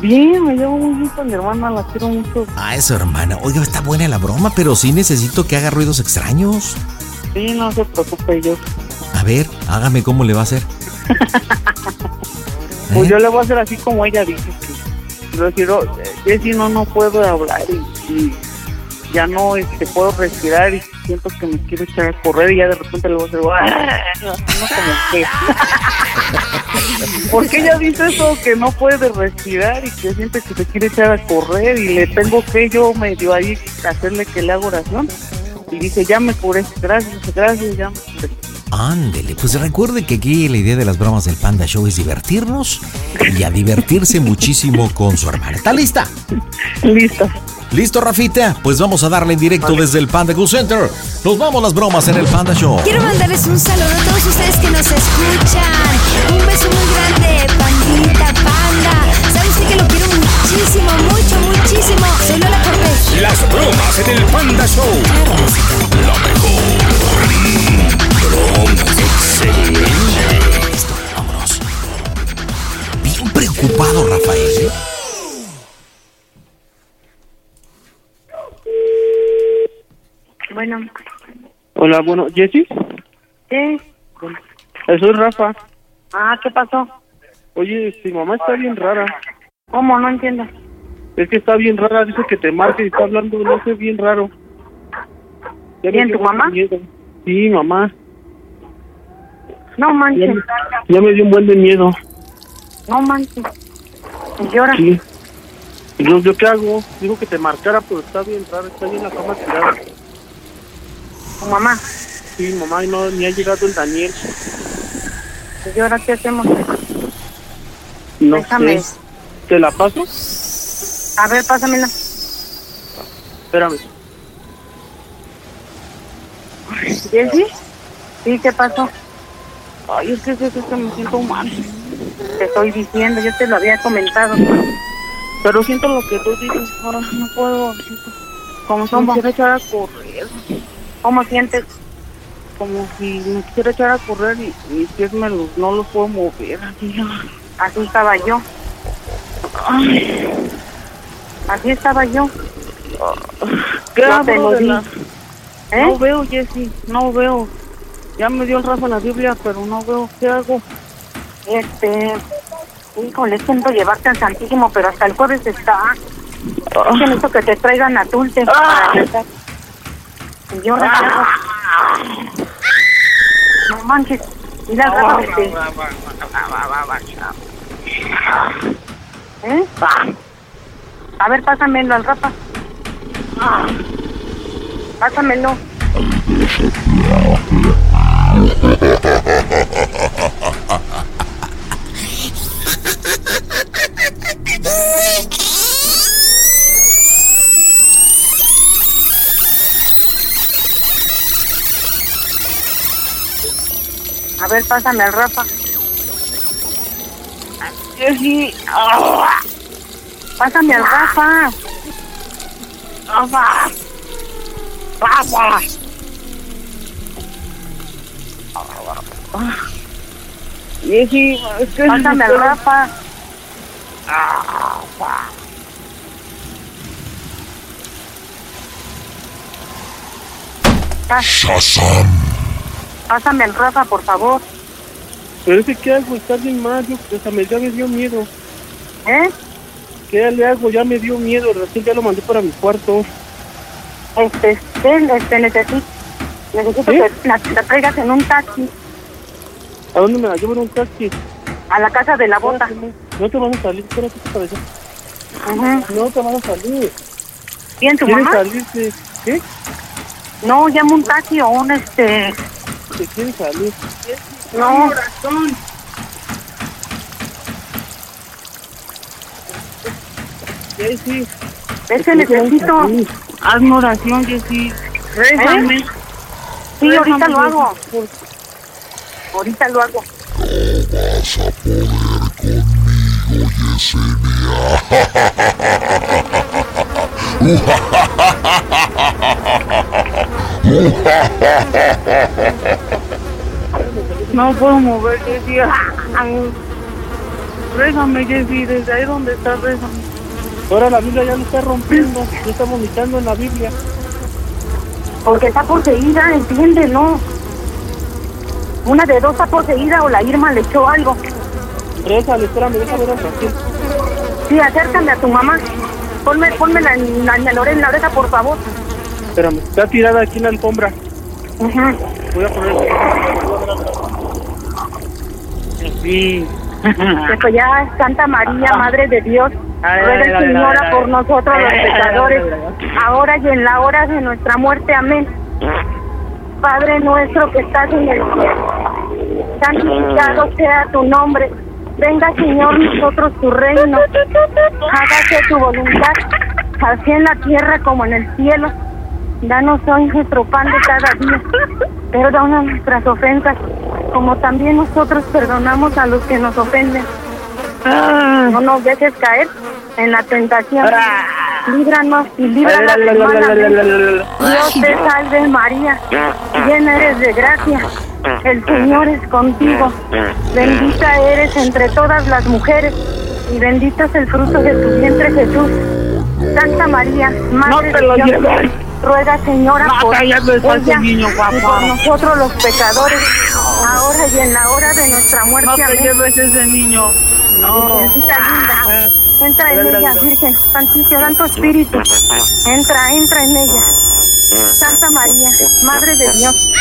Bien, me llevo muy bien con mi hermana, la quiero mucho.
Ah, eso, hermana. Oiga, está buena la broma, pero sí necesito que haga ruidos extraños.
Sí, no se preocupe yo.
A ver, hágame cómo le va a hacer.
Pues
¿Eh?
yo le voy a hacer así como ella dice. Que yo quiero, es si no, no puedo hablar y, y ya no este, puedo respirar y siento que me quiero echar a correr y ya de repente le voy a hacer. "Ah", así, ¿no? como que- Porque ella dice eso que no puede respirar y que siente que se quiere echar a correr y le tengo que yo medio ahí hacerle que le haga oración y dice ya me curé, gracias, gracias, ya me curé".
Ándele, pues recuerde que aquí la idea de las bromas del Panda Show es divertirnos y a divertirse muchísimo con su hermana. ¿Está lista?
Listo.
¿Listo, Rafita? Pues vamos a darle en directo desde el Panda Cool Center. Nos vamos las bromas en el Panda Show.
Quiero mandarles un saludo a todos ustedes que nos escuchan. Un beso muy grande, pandita, panda. Sabes que lo quiero muchísimo, mucho, muchísimo. Soy Lola Cortés.
Las bromas en el Panda Show.
Vámonos. Bien preocupado, Rafael. ¿eh?
Bueno,
Hola, bueno, Jessy,
¿qué?
eh, soy Rafa.
Ah, ¿qué pasó?
Oye, si mamá está bien rara.
¿Cómo? No entiendo.
Es que está bien rara, dice que te marca y está hablando, no sé, bien raro. Ya me
¿Quién, tu
dio
mamá?
miedo. Sí, mamá.
No
Ya,
manches,
ya me dio un buen de miedo.
no manches. Y llora.
Sí. Yo, ¿Yo qué hago? Digo que te marcara, pero está bien raro, está bien la cama tirada.
Tu mamá,
Sí, mamá, y no, ni ha llegado el Daniel.
y llora, ¿qué hacemos?
No
Déjame.
sé. ¿Te la paso?
A ver, pásamela.
Espérame.
¿Jessy? Sí, ¿qué pasó?
Ay, es que es eso, que me siento mal.
Te estoy diciendo, yo te lo había comentado.
Pero siento lo que tú dices, ahora no puedo. Como si me
¿Cómo?
quisiera echar a correr,
¿Cómo sientes?
como si me quisiera echar a correr y mis pies me los, no los puedo mover. así, ay.
Así estaba yo. Así estaba yo.
¿Qué
Ya te
hablo
lo
de
di.
la-
¿Eh?
No veo, Jessy, no veo. Ya me dio el Rafa la Biblia, pero no veo. ¿Qué hago?
Este, híjole, siento llevarte al Santísimo, pero hasta el jueves está. Es que necesito que te traigan a Dulce para rezar. Y yo no quiero. No manches, mira, este. agárrate. ¿Eh? A ver, pásamelo al rapa. Pásamelo. A ver, pásame al Rafa.
Jessy,
¡oh! Pásame al Rafa.
Rafa. Rafa. Jessy, es que
Pásame al Rafa. Pas- Pásame al Rafa, por favor.
Pero es que ¿qué hago? Está bien mal, yo, o sea, me, ya me dio miedo.
¿Eh?
¿Qué le hago? Ya me dio miedo, recién ya lo mandé para mi cuarto.
Este, este, este, necesito, necesito
¿Sí?
que la, la traigas en un taxi
¿A dónde me la llevo en un taxi?
a la casa de la bota.
Espérate, No no te van a salir, espérate para allá.
Ujú.
No te van a salir.
¿Bien tu
¿Quieres
mamá?
salirte? ¿Qué?
No, llama un taxi o un este.
¿Te quieres salir?
No.
Jessy.
Es que necesito.
Hazme oración, Jessy. Rézame.
Sí, ahorita
Rézame,
lo hago.
Jessy, por-
Ahorita lo hago.
No puedo mover, Jessy. Ay. Rézame, Jessy. Desde ahí donde está, rézame. Ahora la Biblia ya lo está rompiendo. Ya está vomitando en la Biblia.
Porque está poseída, entiende, ¿no? Una de dos está poseída o la Irma le echó algo.
Rézale, espérame, déjame ver a Raquel.
Sí, acércame a tu mamá. Ponme, ponme la, la, la Lorena en la oreja, por favor.
Espérame, está tirada aquí en la alfombra.
Ujú.
Voy a poner. Sí.
Esto ya, Santa María, Madre de Dios,
Ay,
ruega
ay,
el
ay,
Señor
ay,
por
ay.
nosotros los
Ay, ay, ay,
pecadores,
ay, ay,
ahora y en la hora de nuestra muerte. Amén. Padre nuestro que estás en el cielo, santificado sea tu nombre. Venga, Señor, nosotros tu reino. Hágase tu voluntad, así en la tierra como en el cielo. Danos hoy nuestro pan de cada día. Perdona nuestras ofensas, como también nosotros perdonamos a los que nos ofenden. No nos dejes caer en la tentación. Líbranos y líbranos. Dios te salve María, llena eres de gracia. El Señor es contigo. Bendita eres entre todas las mujeres y bendito es el fruto de tu vientre Jesús. Santa María, Madre
No te lo
de Dios,
lleves.
ruega Señora
No,
por ella
cállate, falso niño,
y
guapo.
por nosotros los pecadores, ahora y en la hora de nuestra muerte.
No te
Amén.
lleves ese niño. No. Ah.
Virgencita linda, Entra en ella, Virgen, Santísimo, Santo Espíritu. Entra, entra en ella. Santa María, Madre de Dios.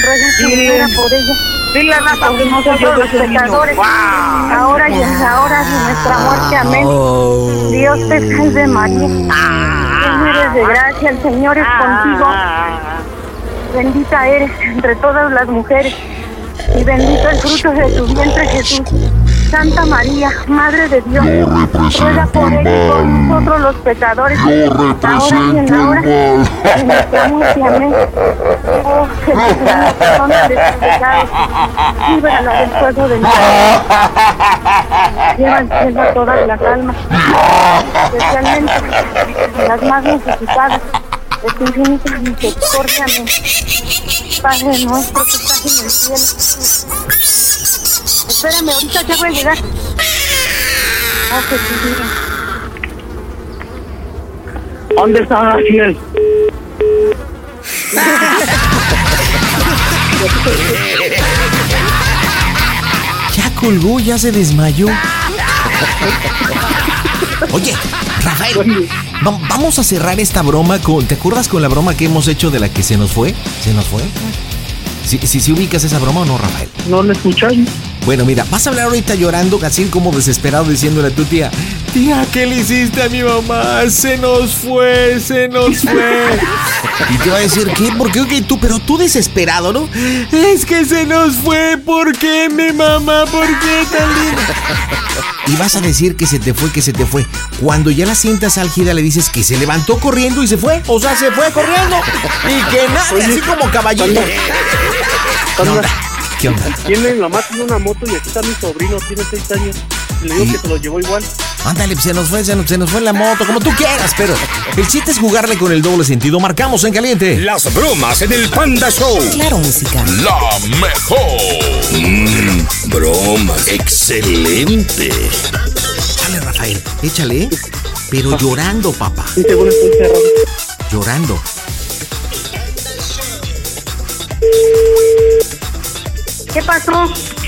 Ruega tu vida por ella.
Dile a Nata que no soy yo, yo
los
soy niño.
pecadores, ahora y en la hora de nuestra muerte. Amén.
Oh.
Dios te salve María. Llena eres de gracia, el Señor es contigo. Bendita eres entre todas las mujeres y bendito el fruto de tu vientre Jesús. Santa María, Madre de Dios, ruega por ellos, por nosotros los pecadores, ahora y en la hora de nuestra muerte. Amén. Oh, Jesús, perdona de tus pecados, líbrala del fuego del infierno. Lleva al cielo a todas las almas, especialmente las más necesitadas de tu infinita misericordia. Amén. Padre nuestro que estás en el cielo. Espérame, ahorita ya voy a llegar. Oh, Jesús, mira.
¿Dónde está Rafael?
Ya colgó, ya se desmayó. Oye, Rafael, va- vamos a cerrar esta broma con. ¿Te acuerdas con la broma que hemos hecho de la que se nos fue? ¿Se nos fue? Si, si, si ubicas esa broma o no, Rafael.
No lo escuchas.
Bueno, mira, vas a hablar ahorita llorando, así como desesperado, diciéndole a tu tía: Tía, ¿qué le hiciste a mi mamá? Se nos fue, se nos fue. Y te va a decir, ¿qué? ¿Por qué? Ok, tú, pero tú desesperado, ¿no? Es que se nos fue, ¿por qué mi mamá? ¿Por qué tan linda? Y vas a decir que se te fue, que se te fue. Cuando ya la sientas álgida le dices que se levantó corriendo y se fue. O sea, se fue corriendo. Y que nada, así como caballito. ¿Qué onda? ¿Qué onda?
Tiene, la mamá tiene una moto y aquí está mi sobrino, tiene seis años. Le digo
Y-
que se lo llevó igual.
Ándale, se nos fue, se nos, se nos fue la moto, como tú quieras, pero el chiste es jugarle con el doble sentido. Marcamos en caliente.
Las bromas en el Panda Show.
Claro, música.
La mejor.
Mm,
Mmm, broma, excelente.
Dale, Rafael, échale. ¿eh? Pero llorando, papá.
Y según estoy cerrado.
Llorando.
¿Qué pasó?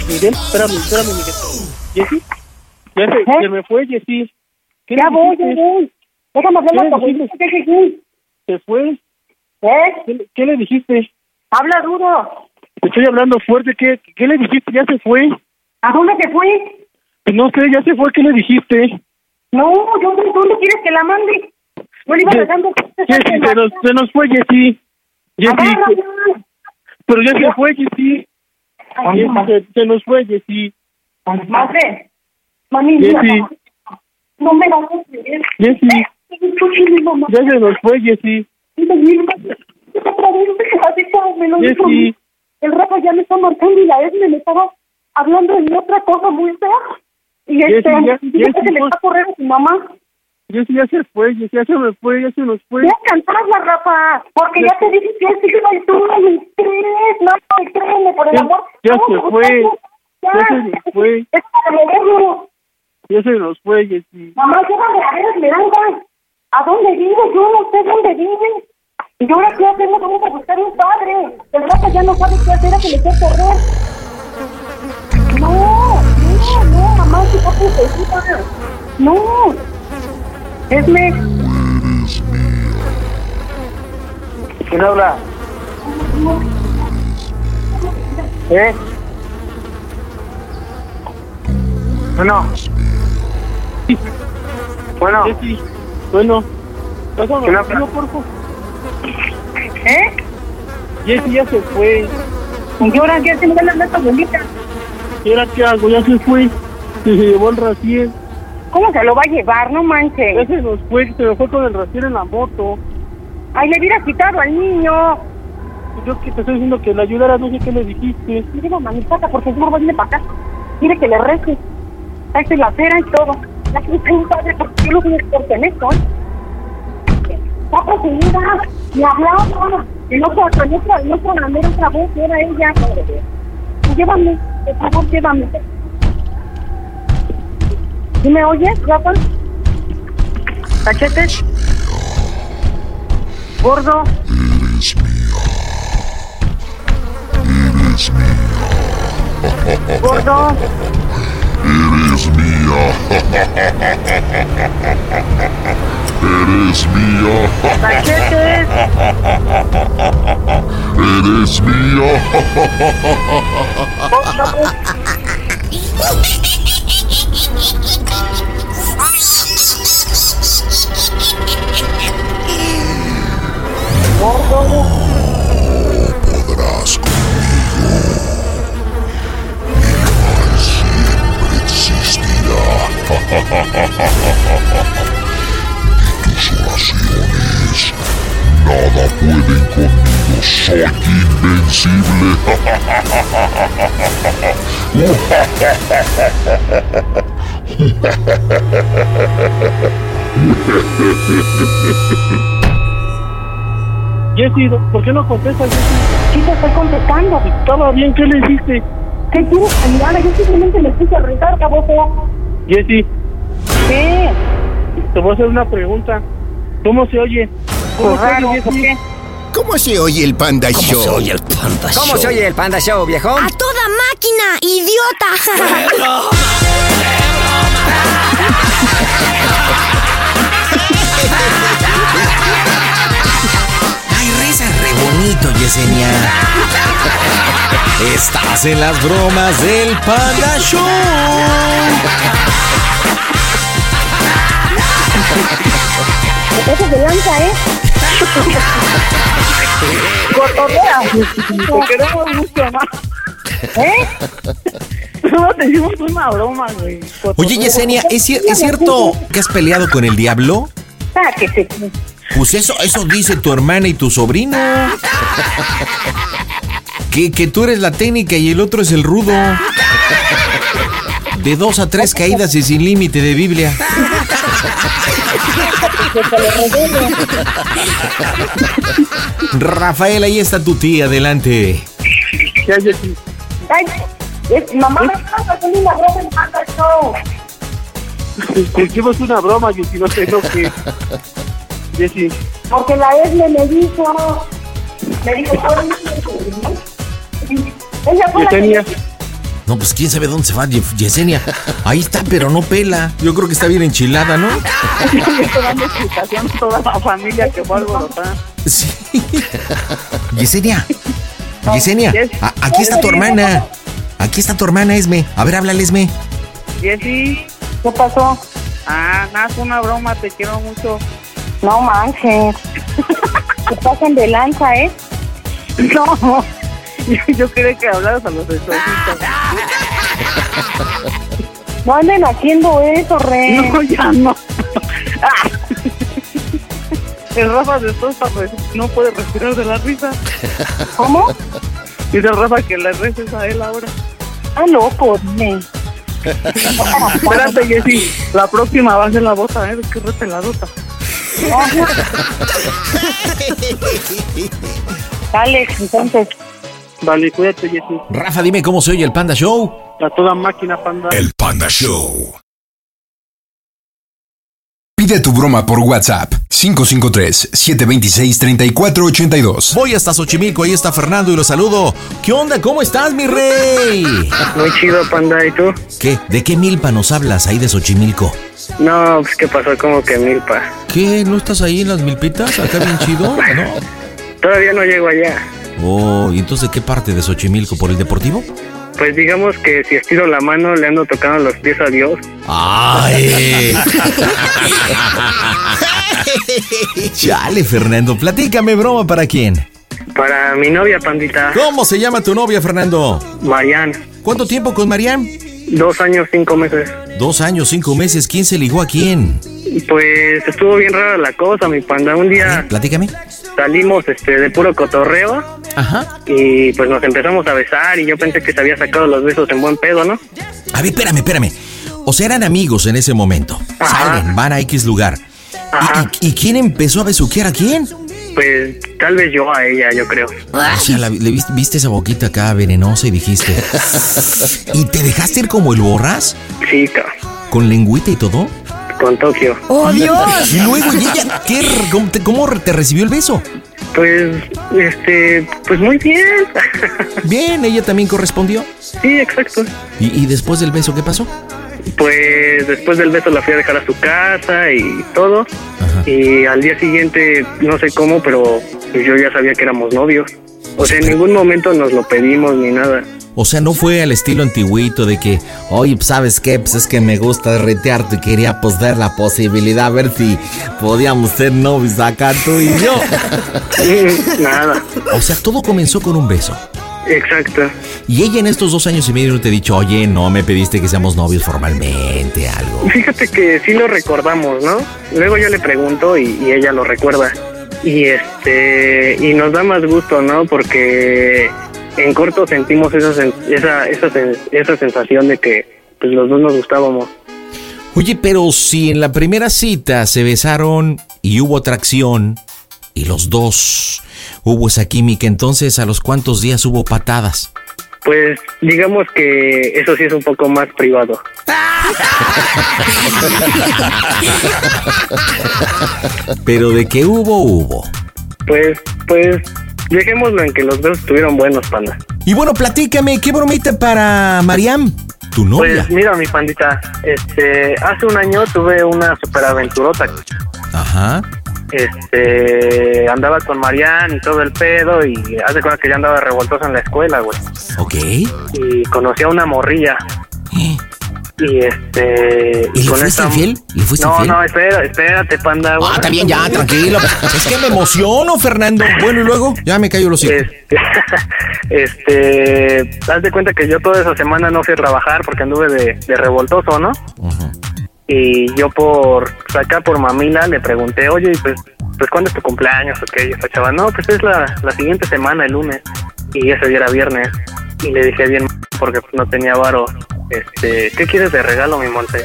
Miguel, espérame, espérame, Miguel. ¿Jessy? Ya se, se me fue, Jessy. ¿Qué
¿Eh? Ya
le
voy, ya
dijiste?
voy. Déjame hablar
¿Qué
la
le
cosita que Jesús.
Se fue.
¿Eh?
¿Qué, le- qué le dijiste?
Habla duro.
Te estoy hablando fuerte. ¿Qué, ¿Qué le dijiste? Ya se fue.
¿A dónde te fue?
Pues No sé, ya se fue. ¿Qué le dijiste?
No, yo ¿dónde quieres que la mande? No le iba
Sí.
dejando
Jessy, se nos, se nos fue, Jessy. Jessy, se- pero ya se fue, Jessy. Jessy,
Agárrala.
se, se nos fue, Jessy.
Madre. Mami, mira,
Jessy.
mamá. No me vas a creer.
Jessy.
Eh, escucha, mi mamá.
Ya se nos fue, Jessy.
Mira, mira, otra vez, ahorita me lo dijo.
Jessy.
El Rafa ya me está marcando y la Edna me estaba hablando de otra cosa muy fea. Y
Jessy,
este,
ya-
dice
Jessy,
que le
no-
va a correr a su mamá.
Jessy, ya se fue, Jessy. Ya se nos fue, ya se nos fue.
Voy a cantarla, Rafa, porque ya te dije que es hija y tú no me crees, no me crees, por el
Ya-
amor.
ya
no,
se
no,
fue,
no, Ya,
ya se fue.
Es para verlo.
Ya se nos fue, Jessy.
Mamá, llévame a ver Esmeralda. ¿A dónde vive? Yo no sé dónde vive. Y ahora qué hacemos, vamos a buscar un padre. El Rafa ya no sabe qué hacer, a que le quiere correr. No, no, no, mamá, que está protegida. No. Esme,
¿Quién habla? ¿Eh? Bueno. Bueno,
Jessy, bueno. Pásame
¿Quién
el
habla?
vino, porfa.
¿eh?
Jessy ya se fue.
¿Y ahora qué hacemos? Dale a tu abuelita.
¿Y ahora qué hago? Ya se fue. Se llevó el raciel.
¿Cómo se lo va a llevar? No
Ya
manches.
se nos fue, se nos fue con el raciel en la moto.
Ay, le hubiera quitado al niño.
Yo que te estoy diciendo que le ayudara, no sé qué le dijiste.
Le digo, mami, saca, porque no viene para acá. Quiere que le rece. Esta es la cera y todo. La que está mi padre, porque yo lo que pertenezco. ¿eh? Está poseída. Me hablaba. El otro, el otro, el otro bandero otra vez era ella. Llévame, por favor, llévame. ¿Sí me oyes, Rafa? ¿Cachetes? Gordo. Gordo.
Eres mía. Eres mía.
Paquetes.
Eres mía. podrás conmigo. Mi mal siempre existirá. Y tus oraciones nada pueden conmigo. Soy invencible.
Jessy, ¿por qué no contestas, Jessy?
Sí, te estoy contestando.
Estaba bien, ¿qué le hiciste?
¿Qué quieres que me haga? Yo simplemente le puse a rezar, cabrón.
Jessy,
¿Qué?
te voy a hacer una pregunta. ¿Cómo se oye? ¿Cómo se oye, Jessy?
¿Cómo se oye el Panda Show? ¿Cómo se oye el Panda
¿Cómo se oye el Panda Show, viejón?
A toda máquina, idiota.
Ay, reza re bonito, Yesenia.
Estás en las bromas del Panda Show.
Te pasas de lanza, ¿eh?
Cotorrea. Te queremos mucho más. ¿Eh? No, te hicimos una broma, güey.
Oye,
Cotorrea.
Yesenia, ¿es, cier- es cierto que has peleado con el diablo?
Sáquese.
Pues eso, eso dice tu hermana y tu sobrino. Que, que tú eres la técnica y el otro es el rudo. De dos a tres caídas y sin límite de Biblia. Rafael, ahí está tu tía, adelante.
Ya, Jessy.
Ay, es, mamá, me estás haciendo una broma en Panda Show.
Te hicimos una broma, Jessy. No sé lo que. Jessy,
Porque la Esme me dijo, me dijo, "Oye, ella fue la que
Yesenia.
No, pues quién sabe dónde se va Ye- Yesenia. Ahí está, pero no pela. Yo creo que está bien enchilada, ¿no?
le está dando explicación a toda la familia que fue alborotada.
Sí. Yesenia. Yesenia,
Yes.
a- aquí está tu hermana. Aquí está tu hermana, Esme. A ver, háblale, Esme.
Jessy,
¿Qué pasó?
ah, nada, fue una broma, te quiero mucho.
No manches. Se pasan de lanza, ¿eh?
No, yo, yo quería que hablaras a los exorcistas.
No anden haciendo eso, rey.
No, ya no. Ah. El Rafa de Sosa pues, no puede respirar de la risa.
¿Cómo?
Dice el Rafa que le reces a él ahora.
Ah, loco, me.
Espérate, Jessy. La próxima va a ser la bota, ¿eh? Es que rete la bota.
Dale, entonces.
Vale, cuídate, Jessy.
Rafa, dime cómo se oye el Panda Show.
A toda máquina, panda.
El Panda Show. Pide tu broma por WhatsApp 553-726-3482.
Voy hasta Xochimilco, ahí está Fernando y lo saludo. ¿Qué onda? ¿Cómo estás, mi rey?
Muy chido, panda, ¿y tú?
¿Qué? ¿De qué milpa nos hablas ahí de Xochimilco?
No, pues que pasó como que milpa.
¿Qué? ¿No estás ahí en las milpitas? Acá bien chido, ¿no?
Todavía no llego allá.
Oh, ¿y entonces de qué parte de Xochimilco? ¿Por el deportivo?
Pues digamos que si estiro la mano le ando tocando los pies a Dios.
¡Ay! Chale, Fernando, platícame, broma para quién.
Para mi novia, pandita,
¿Cómo se llama tu novia, Fernando?
Marian.
¿Cuánto tiempo con Marian?
Dos años, cinco meses.
Dos años, cinco meses. ¿Quién se ligó a quién?
Pues estuvo bien rara la cosa, mi panda. Un día
Platícame.
salimos este de puro cotorreo
Ajá.
y pues nos empezamos a besar y yo pensé que se había sacado los besos en buen pedo, ¿no?
A ver, espérame, espérame. O sea, eran amigos en ese momento. Salen, van a X lugar. ¿Y- ¿Y, y quién empezó a besuquear a quién?
Pues tal vez yo a ella, yo creo.
O sea, la- le viste, viste esa boquita acá venenosa y dijiste. ¿Y te dejaste ir como el borras?
Sí, ca-
¿Con lengüita y todo?
con Tokio.
¡Oh, Dios!
Y luego, ¿y ella qué, r- cómo, te, cómo te recibió el beso?
Pues, este, pues muy bien.
Bien, ella también correspondió.
Sí, exacto.
¿Y, y después del beso qué pasó?
Pues después del beso la fui a dejar a su casa y todo. Y al día siguiente, no sé cómo, pero pues, yo ya sabía que éramos novios. O sea, en ningún momento nos lo pedimos ni nada.
O sea, no fue al estilo antiguito de que, oye, pues, ¿sabes qué? Pues es que me gusta retearte y quería pues ver la posibilidad, a ver si podíamos ser novios acá tú y yo.
nada.
O sea, todo comenzó con un beso.
Exacto.
Y ella en estos dos años y medio no te ha dicho, oye, no me pediste que seamos novios formalmente, algo.
Fíjate que sí lo recordamos, ¿no? Luego yo le pregunto y, y ella lo recuerda. Y este y nos da más gusto, ¿no? Porque en corto sentimos esa sen- esa esa, sen- esa sensación de que pues los dos nos gustábamos.
Oye, pero si en la primera cita se besaron y hubo atracción y los dos hubo esa química, entonces a los cuantos días hubo patadas.
Pues digamos que eso sí es un poco más privado.
Pero de que hubo, hubo.
Pues pues dejémoslo en que los dos estuvieron buenos, panda.
Y bueno, platícame, ¿qué bromita para Mariam, tu novia?
Pues mira, mi pandita, este, hace un año tuve una superaventurota.
Ajá.
Este, andaba con Marianne y todo el pedo y hace cuenta que ya andaba revoltoso en la escuela, güey.
Ok.
Y conocí a una morrilla. Y este...
¿Eh? ¿Y le fuiste infiel? ¿Le fuiste
no,
infiel?
no, espera, espérate, panda. güey.
Ah, está bien, ya, tranquilo. Es que me emociono, Fernando. Bueno, y luego ya me cayó los hijos.
Este, haz de cuenta que yo toda esa semana no fui a trabajar porque anduve de, de revoltoso, ¿no? Y yo por pues acá por mamila le pregunté, oye, pues, pues ¿cuándo es tu cumpleaños? Ok, y esa chava, no, pues es la, la siguiente semana, el lunes. Y ese día era viernes. Y le dije bien, porque pues, no tenía varo. Este, ¿qué quieres de regalo, mi Monte?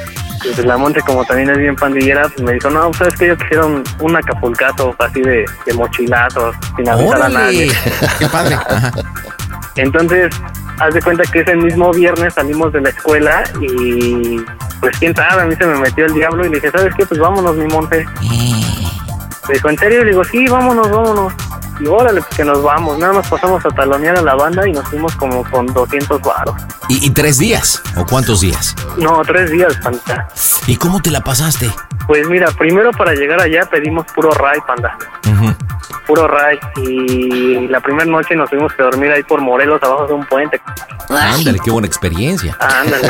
Y pues la Monte, como también es bien pandillera, pues me dijo, no, sabes que yo quisiera un, un acapulcato así de, de mochilazo, sin avisar a nadie.
¡Qué padre!
Entonces, haz de cuenta que ese mismo viernes salimos de la escuela y pues quién sabe, a mí se me metió el diablo y le dije, ¿sabes qué? Pues vámonos, mi monte. Me dijo, ¿en serio? Le digo, sí, vámonos, vámonos. Y órale, pues que nos vamos. Nada más pasamos a talonear a la banda y nos fuimos como con 200 varos.
¿Y, y tres días? ¿O cuántos días?
No, tres días, panda.
¿Y cómo te la pasaste?
Pues mira, primero para llegar allá pedimos puro ray, panda. Puro ray. Y la primera noche nos tuvimos que dormir ahí por Morelos, abajo de un puente.
Ándale, qué buena experiencia.
Ah, ándale.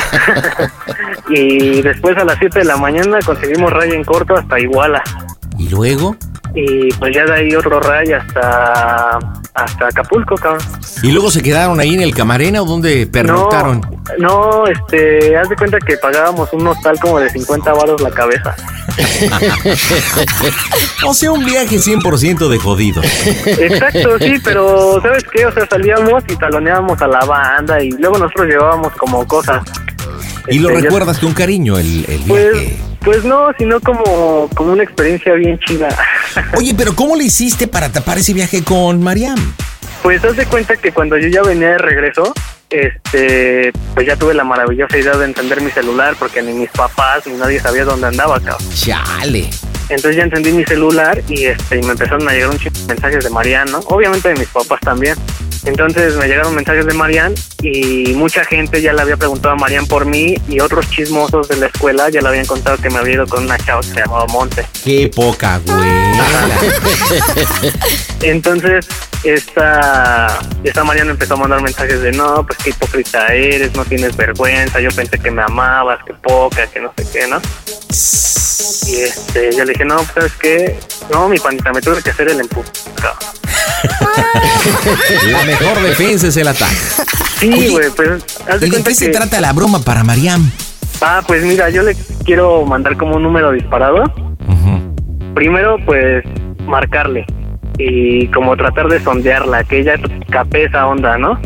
y después a las 7 de la mañana conseguimos ray en corto hasta Iguala.
¿Y luego?
Y pues ya de ahí otro ray hasta, hasta Acapulco, cabrón.
¿Y luego se quedaron ahí en el Camarena o donde pernoctaron?
No, no, este, haz de cuenta que pagábamos un hostal como de 50 varos la cabeza.
o sea, un viaje 100% de jodido.
Exacto, sí, pero ¿sabes qué? O sea, salíamos y taloneábamos a la banda y luego nosotros llevábamos como cosas.
¿Y lo
Este, ya-
recuerdas con cariño el, el viaje?
Pues, pues no, sino como, como una experiencia bien chida.
Oye, pero ¿cómo le hiciste para tapar ese viaje con Mariam?
Pues haz de cuenta que cuando yo ya venía de regreso, este, pues ya tuve la maravillosa idea de encender mi celular porque ni mis papás ni nadie sabía dónde andaba, cabrón.
Chale.
Entonces ya encendí mi celular y este y me empezaron a llegar un chingo de mensajes de Marian, ¿no? Obviamente de mis papás también. Entonces me llegaron mensajes de Marian y mucha gente ya le había preguntado a Marian por mí y otros chismosos de la escuela ya le habían contado que me había ido con una chava que se llamaba Monte.
Qué poca, güey.
Entonces, esta, esta Mariana empezó a mandar mensajes de no, pues qué hipócrita eres, no tienes vergüenza, yo pensé que me amabas, que poca, que no sé qué, ¿no? Y este, yo le dije, no, pues sabes qué, no, mi panita, me tuve que hacer el empujón.
La mejor defensa es el ataque.
Sí, güey, pues haz de
¿Y de
cuenta
qué se
que-
trata la broma para Mariam?
Ah, pues mira, yo le quiero mandar como un número disparado. Primero, pues marcarle y como tratar de sondearla, que ella capee esa onda, ¿no?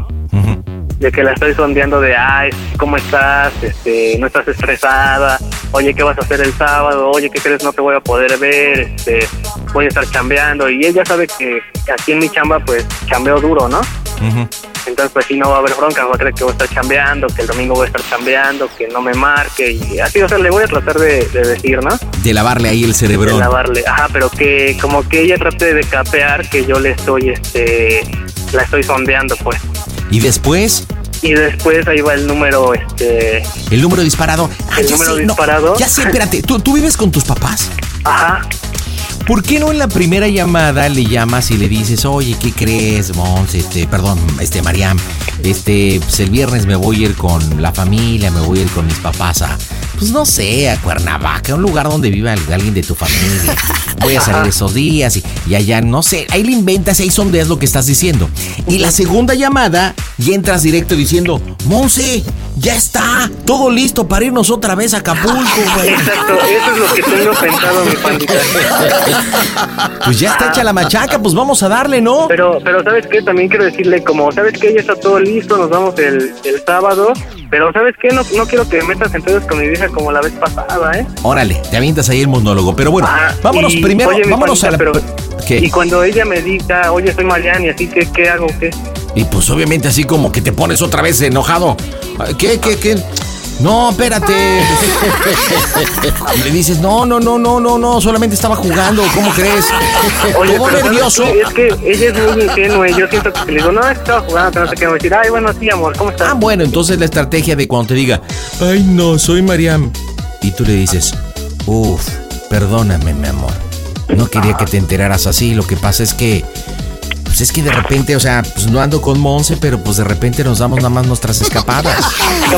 De que la estoy sondeando de, ay, ¿cómo estás? Este, ¿No estás estresada? Oye, ¿qué vas a hacer el sábado? Oye, ¿qué crees? No te voy a poder ver. Este, voy a estar chambeando. Y ella sabe que aquí en mi chamba, pues, chambeo duro, ¿no? entonces pues sí no va a haber bronca, va a creer que voy a estar chambeando, que el domingo voy a estar chambeando, que no me marque y así, o sea, le voy a tratar de, de decir, ¿no?
De lavarle ahí el cerebro.
De lavarle, ajá, pero que como que ella trate de capear que yo le estoy, este, la estoy sondeando, pues.
Y después,
Y después ahí va el número, este,
el número disparado. Ah,
El
ya
número
sé, no,
disparado.
ya sé, espérate, ¿tú, tú vives con tus papás?
Ajá.
¿Por qué no en la primera llamada le llamas y le dices, oye, ¿qué crees, Mons? Este, perdón, este, Mariam, este, pues el viernes me voy a ir con la familia, me voy a ir con mis papás a, pues no sé, a Cuernavaca, un lugar donde viva al- alguien de tu familia. Voy a salir esos días y, y allá, no sé, ahí le inventas, ahí sondeas lo que estás diciendo. Y la segunda llamada, y entras directo diciendo, Monse, ya está, todo listo para irnos otra vez a Acapulco, güey.
Exacto, eso es lo que tengo pensado, mi pandita.
Pues ya está hecha la machaca, pues vamos a darle, ¿no?
Pero, pero ¿sabes qué? También quiero decirle, como, ¿sabes qué? Ya está todo listo, nos vamos el, el sábado, pero ¿sabes qué? No, no quiero que me metas entonces con mi vieja como la vez pasada, ¿eh?
Órale, te avientas ahí el monólogo. Pero bueno,
Ah,
vámonos
y,
primero,
oye, mi
vámonos a la.
panita,
¿Qué?
Y cuando ella me diga, oye, soy Mariani, así que, ¿qué hago? ¿Qué?
Y pues obviamente así como que te pones otra vez enojado. ¿Qué, qué, qué? No, espérate. Le dices, no, no, no, no, no, no, solamente estaba jugando, ¿cómo crees?
Oye,
Todo
pero ¿sabes
nervioso.
qué? Es que ella es muy ingenua y yo siento que si le digo, no, es que estaba jugando, pero no sé qué, me va a decir, ay, bueno, sí, amor, ¿cómo estás?
Ah, bueno, entonces la estrategia de cuando te diga, ay, no, soy Mariam. Y tú le dices, uff, perdóname, mi amor. No quería que te enteraras así. Lo que pasa es que, pues es que de repente, o sea, pues no ando con Monse, pero pues de repente nos damos nada más nuestras escapadas. Y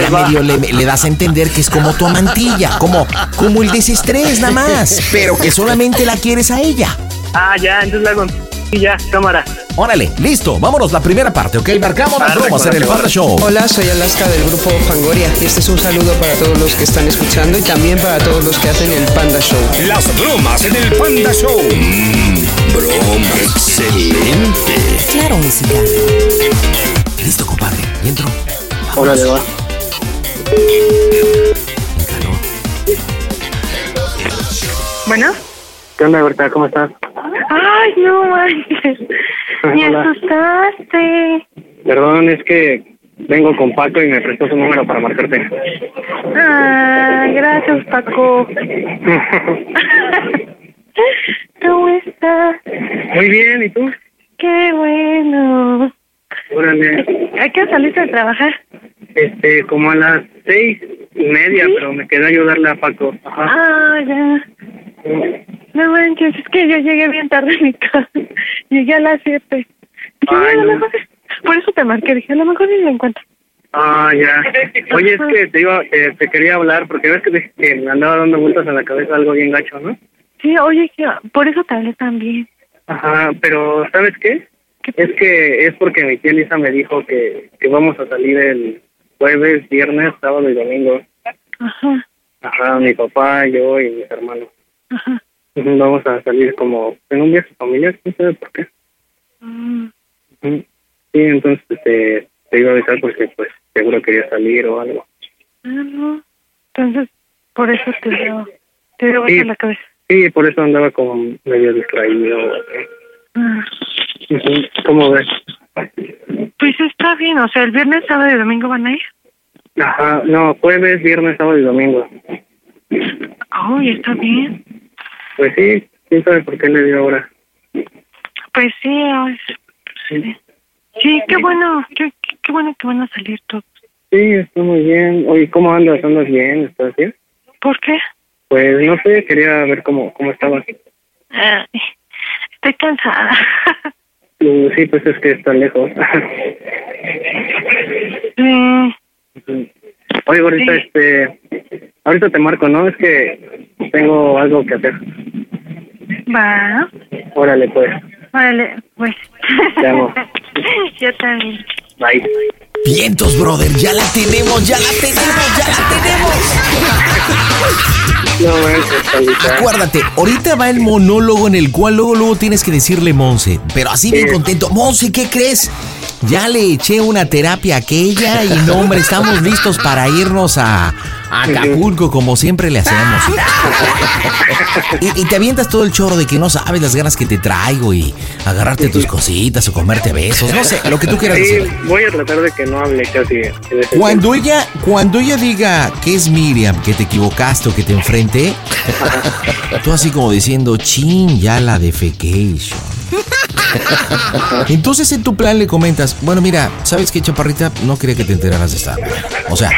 ya medio le, le das a entender que es como tu amantilla, como, como el desestrés nada más, pero que solamente la quieres a ella.
Ah, ya, entonces la hago. Y ya, cámara.
Órale, listo, vámonos, la primera parte, ¿ok? Marcamos las
Arre,
bromas en el
correcto.
Panda Show.
Hola, soy Alaska del grupo Fangoria y este es un saludo para todos los que están escuchando y también para todos los que hacen el Panda Show.
Las bromas en el Panda Show. broma excelente.
Claro Música.
Listo, compadre, y entro.
Órale, va.
Bueno.
¿Qué onda, Berta? ¿Cómo estás?
Ay, no manches. Me
Hola.
asustaste.
Perdón, es que vengo con Paco y me prestó su número para marcarte.
Ah, gracias, Paco. ¿Cómo estás?
Muy bien, ¿y tú?
Qué bueno.
Órale.
¿A qué hora saliste de trabajar?
Este, como a las seis y media,
¿Sí?
pero me quedé a ayudarle a Paco. Ajá.
Ah, ya. No manches, es que yo llegué bien tarde a mi casa. Llegué a las siete. Dije,
Ay,
"Mira, a lo
no.
mejor es-". Por eso te marqué, dije, a lo mejor ni lo encuentro.
Ah, ya. Oye, es que te iba, eh, te quería hablar porque ves que dije que me andaba dando vueltas en la cabeza algo bien gacho, ¿no?
Sí, oye, que- por eso te hablé también.
Ajá, pero ¿sabes qué? Es que es porque mi tía Lisa me dijo que, que vamos a salir el jueves, viernes, sábado y domingo.
Ajá,
Ajá, mi papá, yo y mis hermanos.
ajá.
Ujú, Vamos a salir como en un viaje familiar, no sé por qué.
Mm.
Ujú. Sí, entonces este, te iba a avisar porque pues seguro quería salir o algo.
Ah, no. Entonces, por eso te dio, te dio vuelta
Sí.
la cabeza.
Sí, por eso andaba como medio distraído.
Ah,
Ujú, ¿Cómo ves?
Pues está bien, o sea, el viernes, sábado y domingo van a ir.
Ajá, no, jueves, viernes, sábado y domingo.
Ay, está bien.
Pues sí, quién sabe por qué le dio ahora.
Pues sí, ay,
Sí.
sí, qué bueno, qué, qué, qué bueno que van a salir todos.
Sí, está muy bien. Oye, ¿cómo andas? ¿Andas bien? ¿Estás bien?
¿Por qué?
Pues no sé, quería ver cómo, cómo estabas.
Ay, Ah, estoy cansada.
Y Sí, pues es que está lejos.
Sí.
Oye, ahorita, este, ahorita te marco, ¿no? Es que tengo algo que hacer.
Va,
Órale, pues.
vale, pues.
Te amo.
Yo también.
Bye.
Vientos, brother, ya la tenemos, ya la tenemos, ya la tenemos.
No pues,
Acuérdate, ahorita va el monólogo en el cual luego luego tienes que decirle Monse, pero así bien
Sí.
contento, Monse, ¿qué crees? Ya le eché una terapia a aquella y no, hombre, estamos listos para irnos a Acapulco, como siempre le hacemos. Y, y te avientas todo el chorro de que no sabes las ganas que te traigo y agarrarte tus cositas o comerte besos. No sé, lo que tú quieras
Sí,
decir.
Voy a tratar de que no hable casi. en ese
Cuando ella, cuando ella diga que es Miriam, que te equivocaste o que te enfrente, tú así como diciendo, chin, ya la defecation. Entonces en tu plan le comentas, bueno mira, ¿sabes qué chaparrita? No quería que te enteraras de esta. O sea,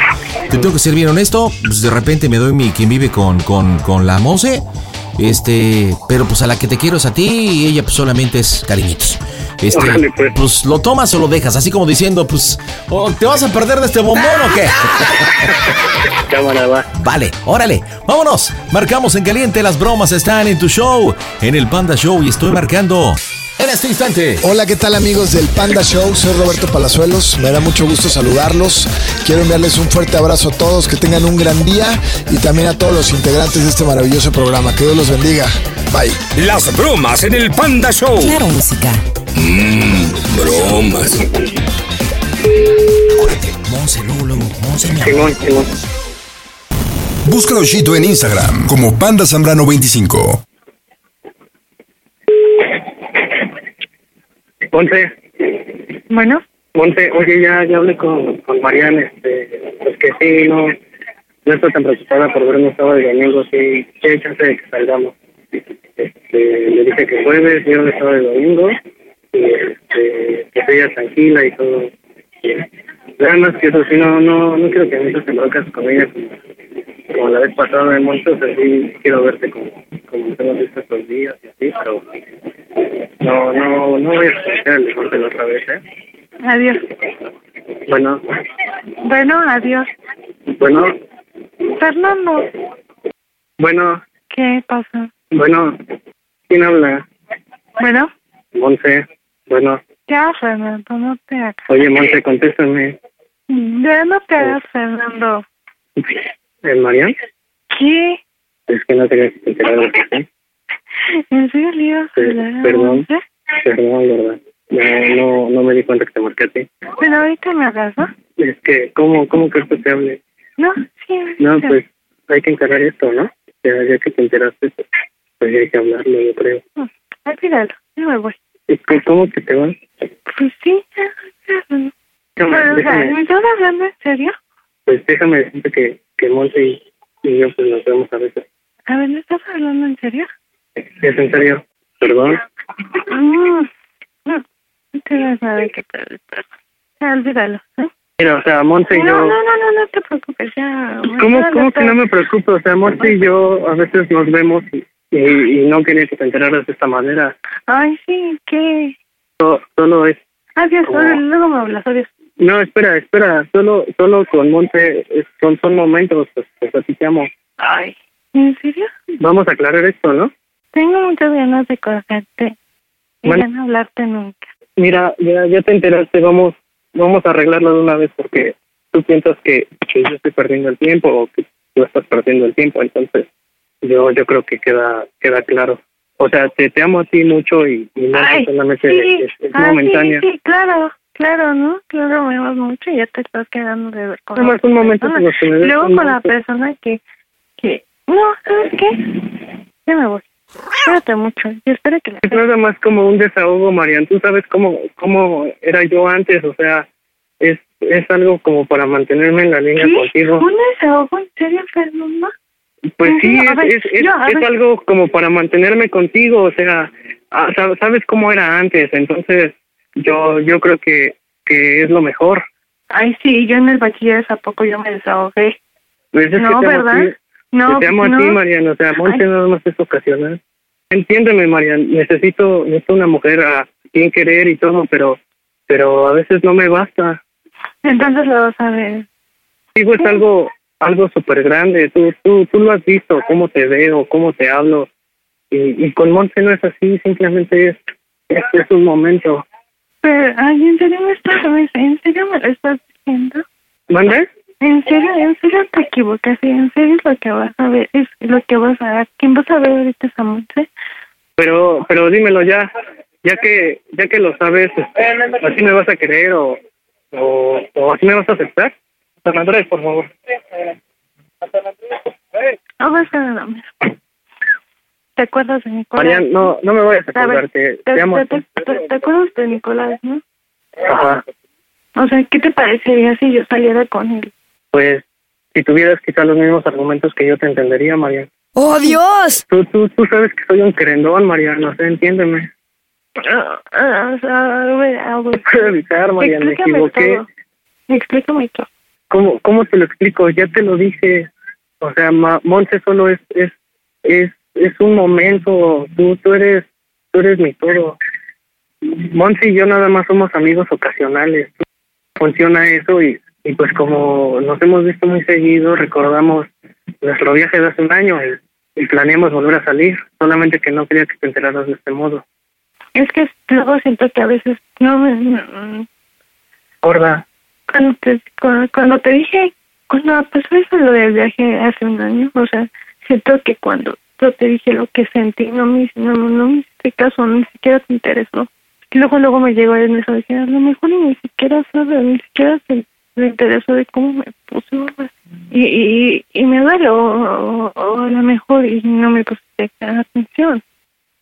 te tengo que ser bien honesto, pues de repente me doy mi quien vive con, con, con la Monse, este, pero pues a la que te quiero es a ti y ella pues solamente es cariñitos. Este,
Órale,
pues. lo tomas o lo dejas, así como diciendo, pues, o ¿te vas a perder de este bombón o qué?
Cámara va.
Vale, órale, vámonos. Marcamos en caliente, las bromas están en tu show, en el Panda Show y estoy marcando en este instante.
Hola, ¿qué tal amigos del Panda Show? Soy Roberto Palazuelos, me da mucho gusto saludarlos. Quiero enviarles un fuerte abrazo a todos, que tengan un gran día y también a todos los integrantes de este maravilloso programa. Que Dios los bendiga. Bye.
Las bromas en el Panda Show.
Claro, música.
Mmm, bromas.
Monse, luego, luego, Monse, mi
amor. Busca a Oshito en Instagram como Panda Zambrano 25.
Ponte,
Bueno,
Monte, oye, ya, ya hablé con, con Marian, este, pues que sí, no, no está tan preocupada por vernos sábado y domingo, sí, sí hay chance de que salgamos. Este, le dije que jueves, viernes, sábado y domingo, y este, que ella tranquila y todo. Nada más que eso sí, no, no, no quiero que me metas en broncas con ella como, como la vez pasada en muchos, así quiero verte como, como nos hemos visto estos días y así, pero no, no, no voy a hacer el deporte la otra vez, ¿eh?
adiós.
Bueno,
Bueno, adiós.
bueno,
Fernando,
bueno,
¿qué pasa?
bueno. ¿Quién habla?
Bueno,
Monse. Bueno,
ya, Fernando, no te hagas.
oye, Monse, contéstame.
Ya no te hagas, Fernando.
¿El eh, Marian?
¿Qué?
Es que no tenía que enterarme, ¿sí?
¿En serio le ibas a hablar a
Perdón,
Monse?
perdón, de verdad. No, no, no me di cuenta que te marqué a ti.
Pero ahorita me hagas, ¿no?
Es que, ¿cómo, cómo crees que te hable?
No, sí. ahorita.
No, pues, hay que encarar esto, ¿no? Ya, ya que te enteraste, pues hay que hablarlo, yo creo.
Olvídalo, yo me voy.
¿Y c- ¿Cómo que te vas?
Pues sí, ya, ya, Fernando.
Déjame-
Pero, o sea,
déjame-
¿me estás hablando en serio?
Pues déjame decirte que, que Monse y, y yo pues nos vemos a veces.
A ver, ¿me estás hablando en serio?
¿Es en serio? ¿Perdón?
Mm, No, no te das nada que perder, perdón. Ya, olvídalo, ¿eh?
Mira, o sea, Monse y
No,
yo...
no, no, no, no te preocupes, ya.
Pues, ¿Cómo,
olvídalo
cómo que
todo.
no me preocupo? O sea, Monse y yo a veces nos vemos y, y- y no quería que te enteraras de esta manera.
Ay, sí, ¿qué?
So- solo es...
Adiós,
¿Cómo?
órale, luego me hablas, adiós.
No, espera, espera. Solo solo con Monse es- son, son momentos, pues, pues así te amo.
Ay, ¿en serio?
Vamos a aclarar esto, ¿no?
Tengo muchas ganas de colgarte y
Bueno.
ya no hablarte nunca.
Mira, ya, ya te enteraste, vamos vamos a arreglarlo de una vez porque tú piensas que, que yo estoy perdiendo el tiempo o que tú estás perdiendo el tiempo, entonces yo yo creo que queda queda claro. O sea, te, te amo a ti mucho y, y no
Ay,
solamente
sí,
es, es
ah, sí,
momentánea.
sí, claro, claro, ¿no? Claro, me amas mucho y ya te estás quedando de ver con
Nada más
otra
un momento,
persona.
sino que me des
Luego
un
con la
momento.
persona que, que... No, ¿sabes qué? Ya me voy. Cuídate mucho y espero que la...
Es nada más como un desahogo, Marian. Tú sabes cómo, cómo era yo antes, o sea, es, es algo como para mantenerme en la línea
¿Sí?
contigo.
¿Un desahogo en serio, Fernando?
Pues
¿En
sí,
serio?
es,
A ver,
es, es-
yo, a
es
ver.
algo como para mantenerme contigo, o sea, ah, sab- sabes cómo era antes, entonces yo yo creo que, que es lo mejor.
Ay, sí, yo en el bachiller a poco yo me desahogué.
Pues es que
No,
te amo a
¿verdad?
ti.
No,
te amo
no.
a ti, Marian, o sea, Monte
Ay.
nada más es ocasional. Entiéndeme, Marian, necesito, necesito una mujer a quien querer y todo, pero, pero a veces no me basta.
Entonces lo vas a ver.
Digo, es algo algo súper grande. Tú, tú, tú lo has visto, cómo te veo, cómo te hablo. Y, y con Monte no es así, simplemente es, es, este es un momento.
Pero, ay, ¿en serio me estás, me- en serio me lo estás diciendo?
¿Mande?
En serio, en serio te equivocas, y en serio es lo que vas a ver, es lo que vas a ver. ¿Quién vas a ver ahorita esa noche?
Pero pero dímelo ya, ya que ya que lo sabes, este, así me vas a querer o, o, o así me vas a aceptar. San Andrés, por favor.
No vas a dormir. ¿Te acuerdas de Nicolás?
María, no, no me voy a
Pues,
A
acordar,
ver,
te,
te-
te amo.
te- te- te- te acuerdas de Nicolás, no?
Ajá.
O sea, ¿qué te parecería si yo saliera con él?
Pues, si tuvieras quizá los mismos argumentos que yo te entendería, María.
¡Oh, Dios!
Tú, tú, tú sabes que soy un querendón, María, no sé, entiéndeme.
Ah, ah, ah, güey, ah, güey.
Puedo evitar, María, me
Explícame
equivoqué.
todo. Explícame todo.
¿Cómo, ¿Cómo te lo explico? Ya te lo dije. O sea, Ma- Monse solo es, es, es, es un momento. Tú, tú eres, tú eres mi todo. Monse y yo nada más somos amigos ocasionales. Funciona eso y, y pues como nos hemos visto muy seguido, recordamos nuestro viaje de hace un año y, y planeamos volver a salir. Solamente que no quería que te enteraras de este modo.
Es que luego siento que a veces no me... no-
Gorda,
Cuando te, cuando, cuando te dije, cuando pasó Pues, eso lo del viaje hace un año, o sea, siento que cuando yo te dije lo que sentí, no me, no, no me hiciste caso, ni siquiera te interesó. Y luego, luego me llegó el mensaje, a lo mejor ni siquiera sabe, ni siquiera se le interesó de cómo me puse, mamá. Y, y, y me duele, o, o- o a lo mejor y no me pusiste atención,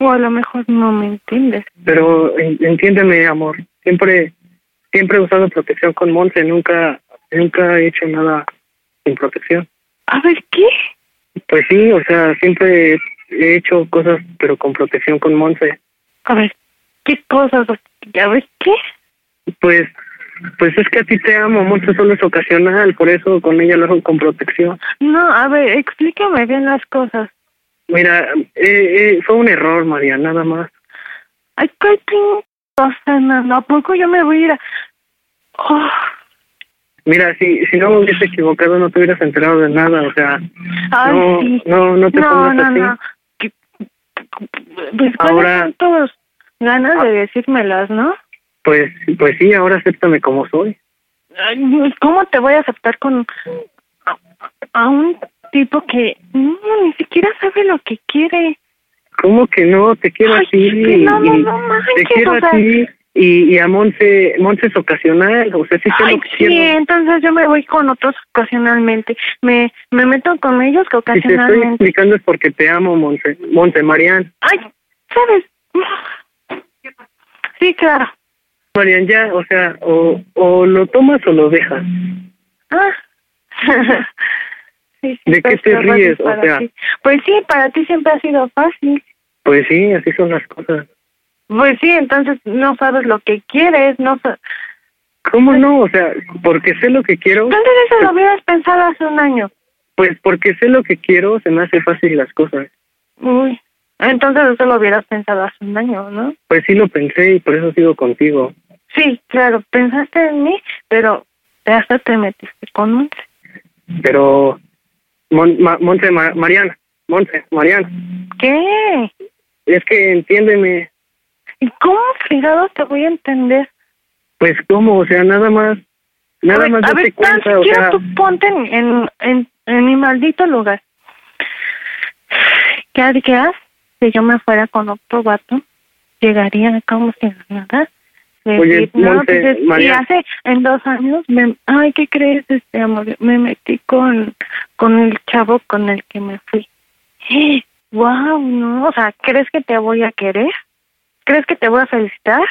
o a lo mejor no me entiendes.
pero en- entiéndeme, amor. Siempre, siempre he usado protección con Monse. Nunca, nunca he hecho nada sin protección.
A ver, ¿qué?
Pues sí, o sea, siempre he- he hecho cosas, pero con protección con Monse.
A ver, ¿qué cosas? A ver, ¿qué?
Pues, pues es que a ti te amo. Monse solo es ocasional, por eso con ella lo hago con protección.
No, a ver, explícame bien las cosas.
Mira, eh, eh, fue un error, María, nada más.
Ay, qué pin- cosa, no, no, ¿a poco yo me voy a ir a... Oh,
Mira, si, si no me hubiese equivocado, no te hubieras enterado de nada. O sea,
ay,
no,
sí.
no, no te
No,
pongas
no,
así.
no. ¿Qué- Pues, ¿cuáles
Ahora-
son todos ganas
Ah.
de decírmelas, ¿no?
Pues, pues sí, ahora acéptame como soy.
Ay, ¿Cómo te voy a aceptar con a, a un tipo que no, ni siquiera sabe lo que quiere?
¿Cómo que no? Te quiero
Ay,
a ti.
es que no, no,
y-
no manches,
te quiero
o
a
sea-
ti. Y, y a Monse, Monse es ocasional. O sea, sí sé
Ay,
lo que
sí,
quiero.
entonces yo me voy con otros ocasionalmente. Me, me meto con ellos que
Si te estoy
ocasionalmente.
explicando es porque te amo, Monse. Monse, Marian.
Ay, ¿sabes? Sí, claro.
Marian, ya, o sea, o, o lo tomas o lo dejas.
Ah. Sí, sí,
¿De qué
pues,
te
lo fácil
ríes? O
para
sea-
ti. Pues sí, para ti siempre ha sido fácil.
Pues sí, así son las cosas.
Pues sí, entonces no sabes lo que quieres. no sa-
¿Cómo
Pues
no? O sea, porque sé lo que quiero,
Entonces eso lo hubieras pensado hace un año.
pues porque sé lo que quiero, se me hace fácil las cosas.
Uy, entonces eso lo hubieras pensado hace un año, ¿no?
Pues sí lo pensé y por eso sigo contigo.
Sí, claro, pensaste en mí, pero hasta te metiste con un...
Pero, Mon- Ma- Monse, Ma- Marian, Monse, Marian,
¿Qué?
es que entiéndeme,
¿Y cómo fregado te voy a entender?
Pues cómo, o sea, nada más,
a
nada
ver,
más
a ver,
date
tan
cuenta, o
siquiera
sea,
tú ponte en, en, en- en mi maldito lugar. ¿Qué harías si ah, yo me fuera con otro vato? Llegaría como si nada. Decir,
Oye,
no,
Monse,
pues, es- y
María.
hace en dos años, me, ay, ¿qué crees, este amor? Me metí con, con el chavo con el que me fui. Wow, no, o sea, ¿crees que te voy a querer? ¿Crees que te voy a felicitar?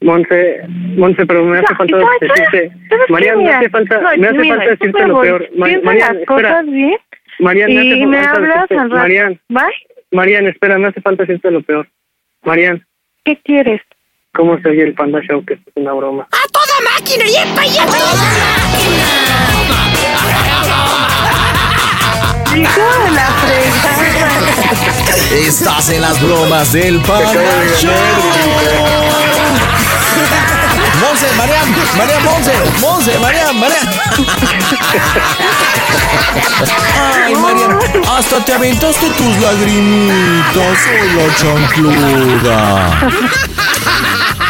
Monse, Monse, pero me hace
Ya,
falta
¿y sabes qué?
decirte,
¿Sabes qué?
María, me
Mira,
hace falta,
no,
me hace
mira,
falta
tú
decirte
me
lo
voy,
peor, Ma-
piensa
María,
las
espera,
cosas bien
María, me hace
y me
falta
hablas
decirte-
al rato.
María,
Bye.
María, espera, me hace falta decirte lo peor, María,
¿Qué quieres?
cómo se oye el Panda Show, que esto es una broma,
máquina, y epa, y epa.
Hijo de la fregada.
Estás en las bromas del Panda Show. Monse, Mariam, Mariam, Monse, Monse, Mariam, Mariam. Ay, Mariam, hasta te aventaste oh, tus lagrimitas, soy la chancluda.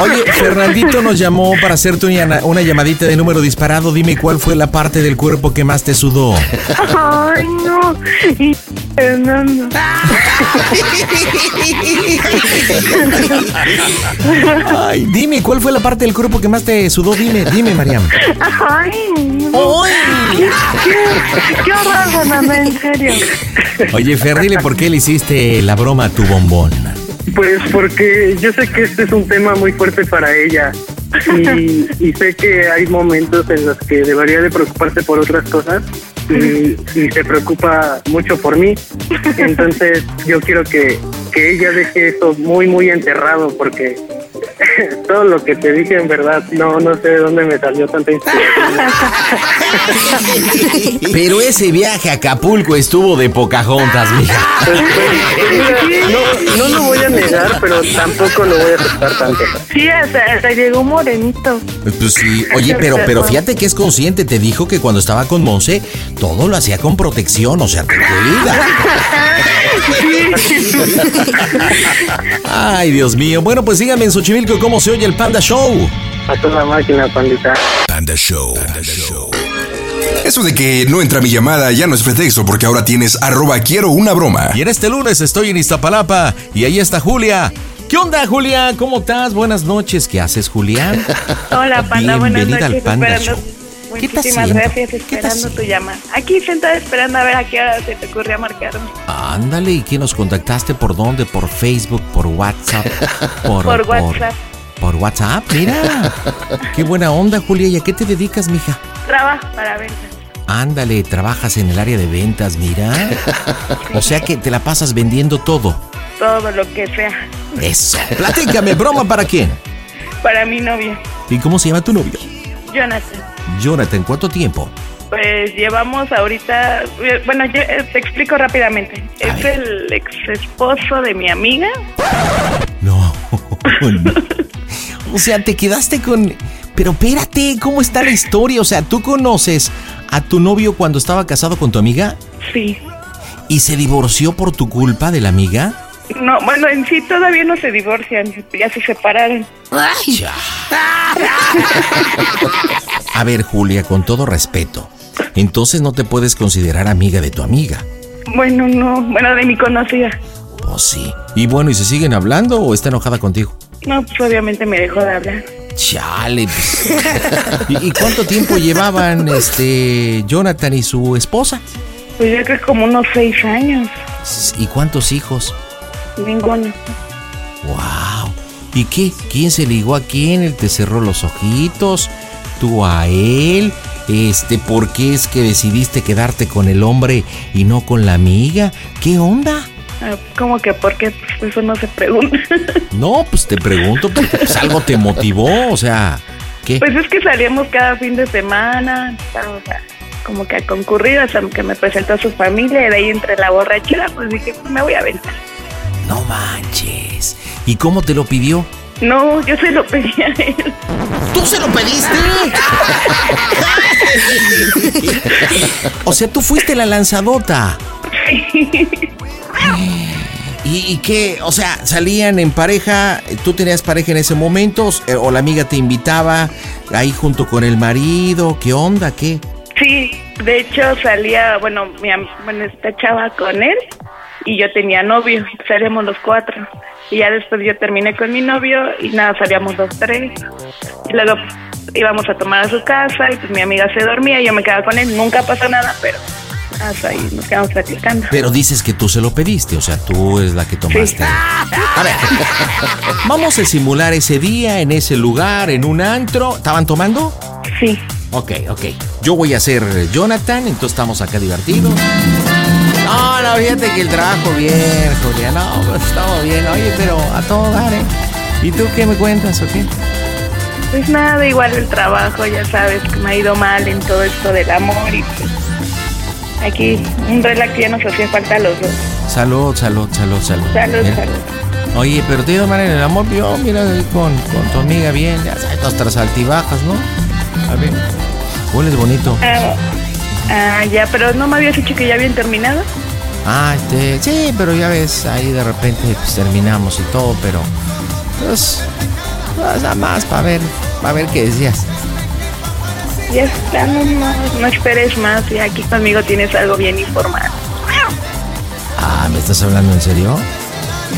Oye, Fernandito nos llamó para hacerte una, una llamadita de número disparado. Dime cuál fue la parte del cuerpo que más te sudó.
Ay, no. Y Fernando.
Ay, dime cuál fue la parte del cuerpo que más te sudó. Dime, dime, Mariam.
Ay,
Oh.
no. Qué, qué horror, Fernando, en serio.
Oye, Fer, dile por qué le hiciste la broma a tu bombón.
Pues porque yo sé que este es un tema muy fuerte para ella y, y sé que hay momentos en los que debería de preocuparse por otras cosas y, y se preocupa mucho por mí. Entonces yo quiero que, que ella deje eso muy, muy enterrado porque todo lo que te dije en verdad, no, no sé de dónde me salió
Ah,
tanta inspiración.
Pero ese viaje a Acapulco estuvo de juntas, mija.
Pues, pues, no, no lo voy a negar, pero tampoco lo voy a aceptar tanto.
Sí, hasta, hasta llegó morenito.
Pues sí, oye, pero, pero fíjate que es consciente. Te dijo que cuando estaba con Monse, todo lo hacía con protección, o sea, te cuida. Ay, Dios mío. Bueno, pues síganme en Xochimilco cómo se oye el Panda Show.
A toda la máquina, pandita.
Panda Show. Eso de que no entra mi llamada ya no es pretexto porque ahora tienes arroba quiero una broma.
Y en este lunes estoy en Iztapalapa y ahí está Julia.
¿Qué onda, Julia? ¿Cómo estás? Buenas noches. ¿Qué haces, Julia?
Hola, Panda, buenas
Bienvenida
noches.
al Panda
esperando-
Show. ¿Qué te
Muchísimas
haciendo?
gracias, esperando tu llamada. Aquí sentada esperando a ver a qué hora se te ocurría marcarme.
Ándale, ¿y quién nos contactaste? ¿Por dónde? ¿Por Facebook? ¿Por WhatsApp?
Por, WhatsApp.
Por WhatsApp, mira. Qué buena onda, Julia. ¿Y a qué te dedicas, mija?
Trabajo para ver.
Ándale, trabajas en el área de ventas, mira. O sea que te la pasas vendiendo todo.
Todo lo que sea.
Eso. Platícame, broma para quién.
Para mi novio,
¿Y cómo se llama tu novio?
Jonathan.
Jonathan, ¿cuánto tiempo?
Pues llevamos ahorita. Bueno, yo eh, te explico rápidamente. Es el ex esposo de mi amiga.
O sea, te quedaste con... Pero espérate, ¿cómo está la historia? O sea, ¿tú conoces a tu novio cuando estaba casado con tu amiga?
Sí.
¿Y se divorció por tu culpa de la amiga?
No, bueno, en sí todavía no se divorcian. Ya se separaron.
Ya. A ver, Julia, con todo respeto. Entonces no te puedes considerar amiga de tu amiga.
Bueno, no. Bueno, de mi conocida.
¿O sí? Y bueno, ¿y se siguen hablando o está enojada contigo?
No, pues obviamente me dejó de hablar.
Chale. pues. ¿Y, y cuánto tiempo llevaban este Jonathan y su esposa?
Pues yo creo que como unos seis años.
¿Y cuántos hijos?
Ninguno.
¡Wow! ¿Y qué? ¿Quién se ligó a quién? Él te cerró los ojitos, tú a él. Este, ¿por qué es que decidiste quedarte con el hombre y no con la amiga? ¿Qué onda?
Ah, ¿Cómo que por qué? Pues eso no se pregunta.
No, pues te pregunto, porque pues, algo te motivó, o sea, ¿qué?
Pues es que salíamos cada fin de semana, estábamos a- como que a concurrir hasta que me presentó su familia y de ahí entre la borrachera pues dije, pues, me voy a aventar.
No manches. ¿Y cómo te lo pidió?
No, yo se lo pedí a él.
¿Tú se lo pediste? O sea, tú fuiste la lanzadota. Eh, ¿Y, y qué? O sea, salían en pareja, tú tenías pareja en ese momento, Eh, o la amiga te invitaba ahí junto con el marido, ¿qué onda? ¿Qué?
sí, de hecho salía, bueno, mi am- bueno, esta chava con él y yo tenía novio, salíamos los cuatro. Y ya después yo terminé con mi novio y nada, salíamos los tres. Y luego íbamos a tomar a su casa y pues mi amiga se dormía y yo me quedaba con él. Nunca pasó nada, pero hasta ahí nos quedamos platicando.
Pero dices que tú se lo pediste, o sea, tú es la que tomaste. A ver, vamos a simular ese día en ese lugar, en un antro. ¿Estaban tomando?
Sí.
Ok, ok. Yo voy a ser Jonathan, entonces estamos acá divertidos. No, no, fíjate que el trabajo bien, Julia. No, pues, estamos bien. Oye, pero a todo dar, ¿eh? ¿Y tú qué me cuentas o qué?
Pues nada, igual el trabajo, ya sabes, que me ha ido mal en todo esto del amor y pues aquí un relax ya nos hacía falta a los dos.
Salud, salud, salud, salud.
Salud,
Mira.
salud.
Oye, pero te iba mal en el amor, yo, mira, ahí con, con tu amiga bien, ya sabes, nuestras altibajas, ¿no? A ver, hueles bonito.
Ah, ah, ya, pero no me habías dicho que ya habían terminado.
Ah, este, sí, pero ya ves, ahí de repente pues, terminamos y todo, pero pues, Nada más para ver, para ver qué decías.
Ya está, no, no, no esperes más. Ya aquí conmigo tienes algo bien informado.
Ah, ¿me estás hablando en serio?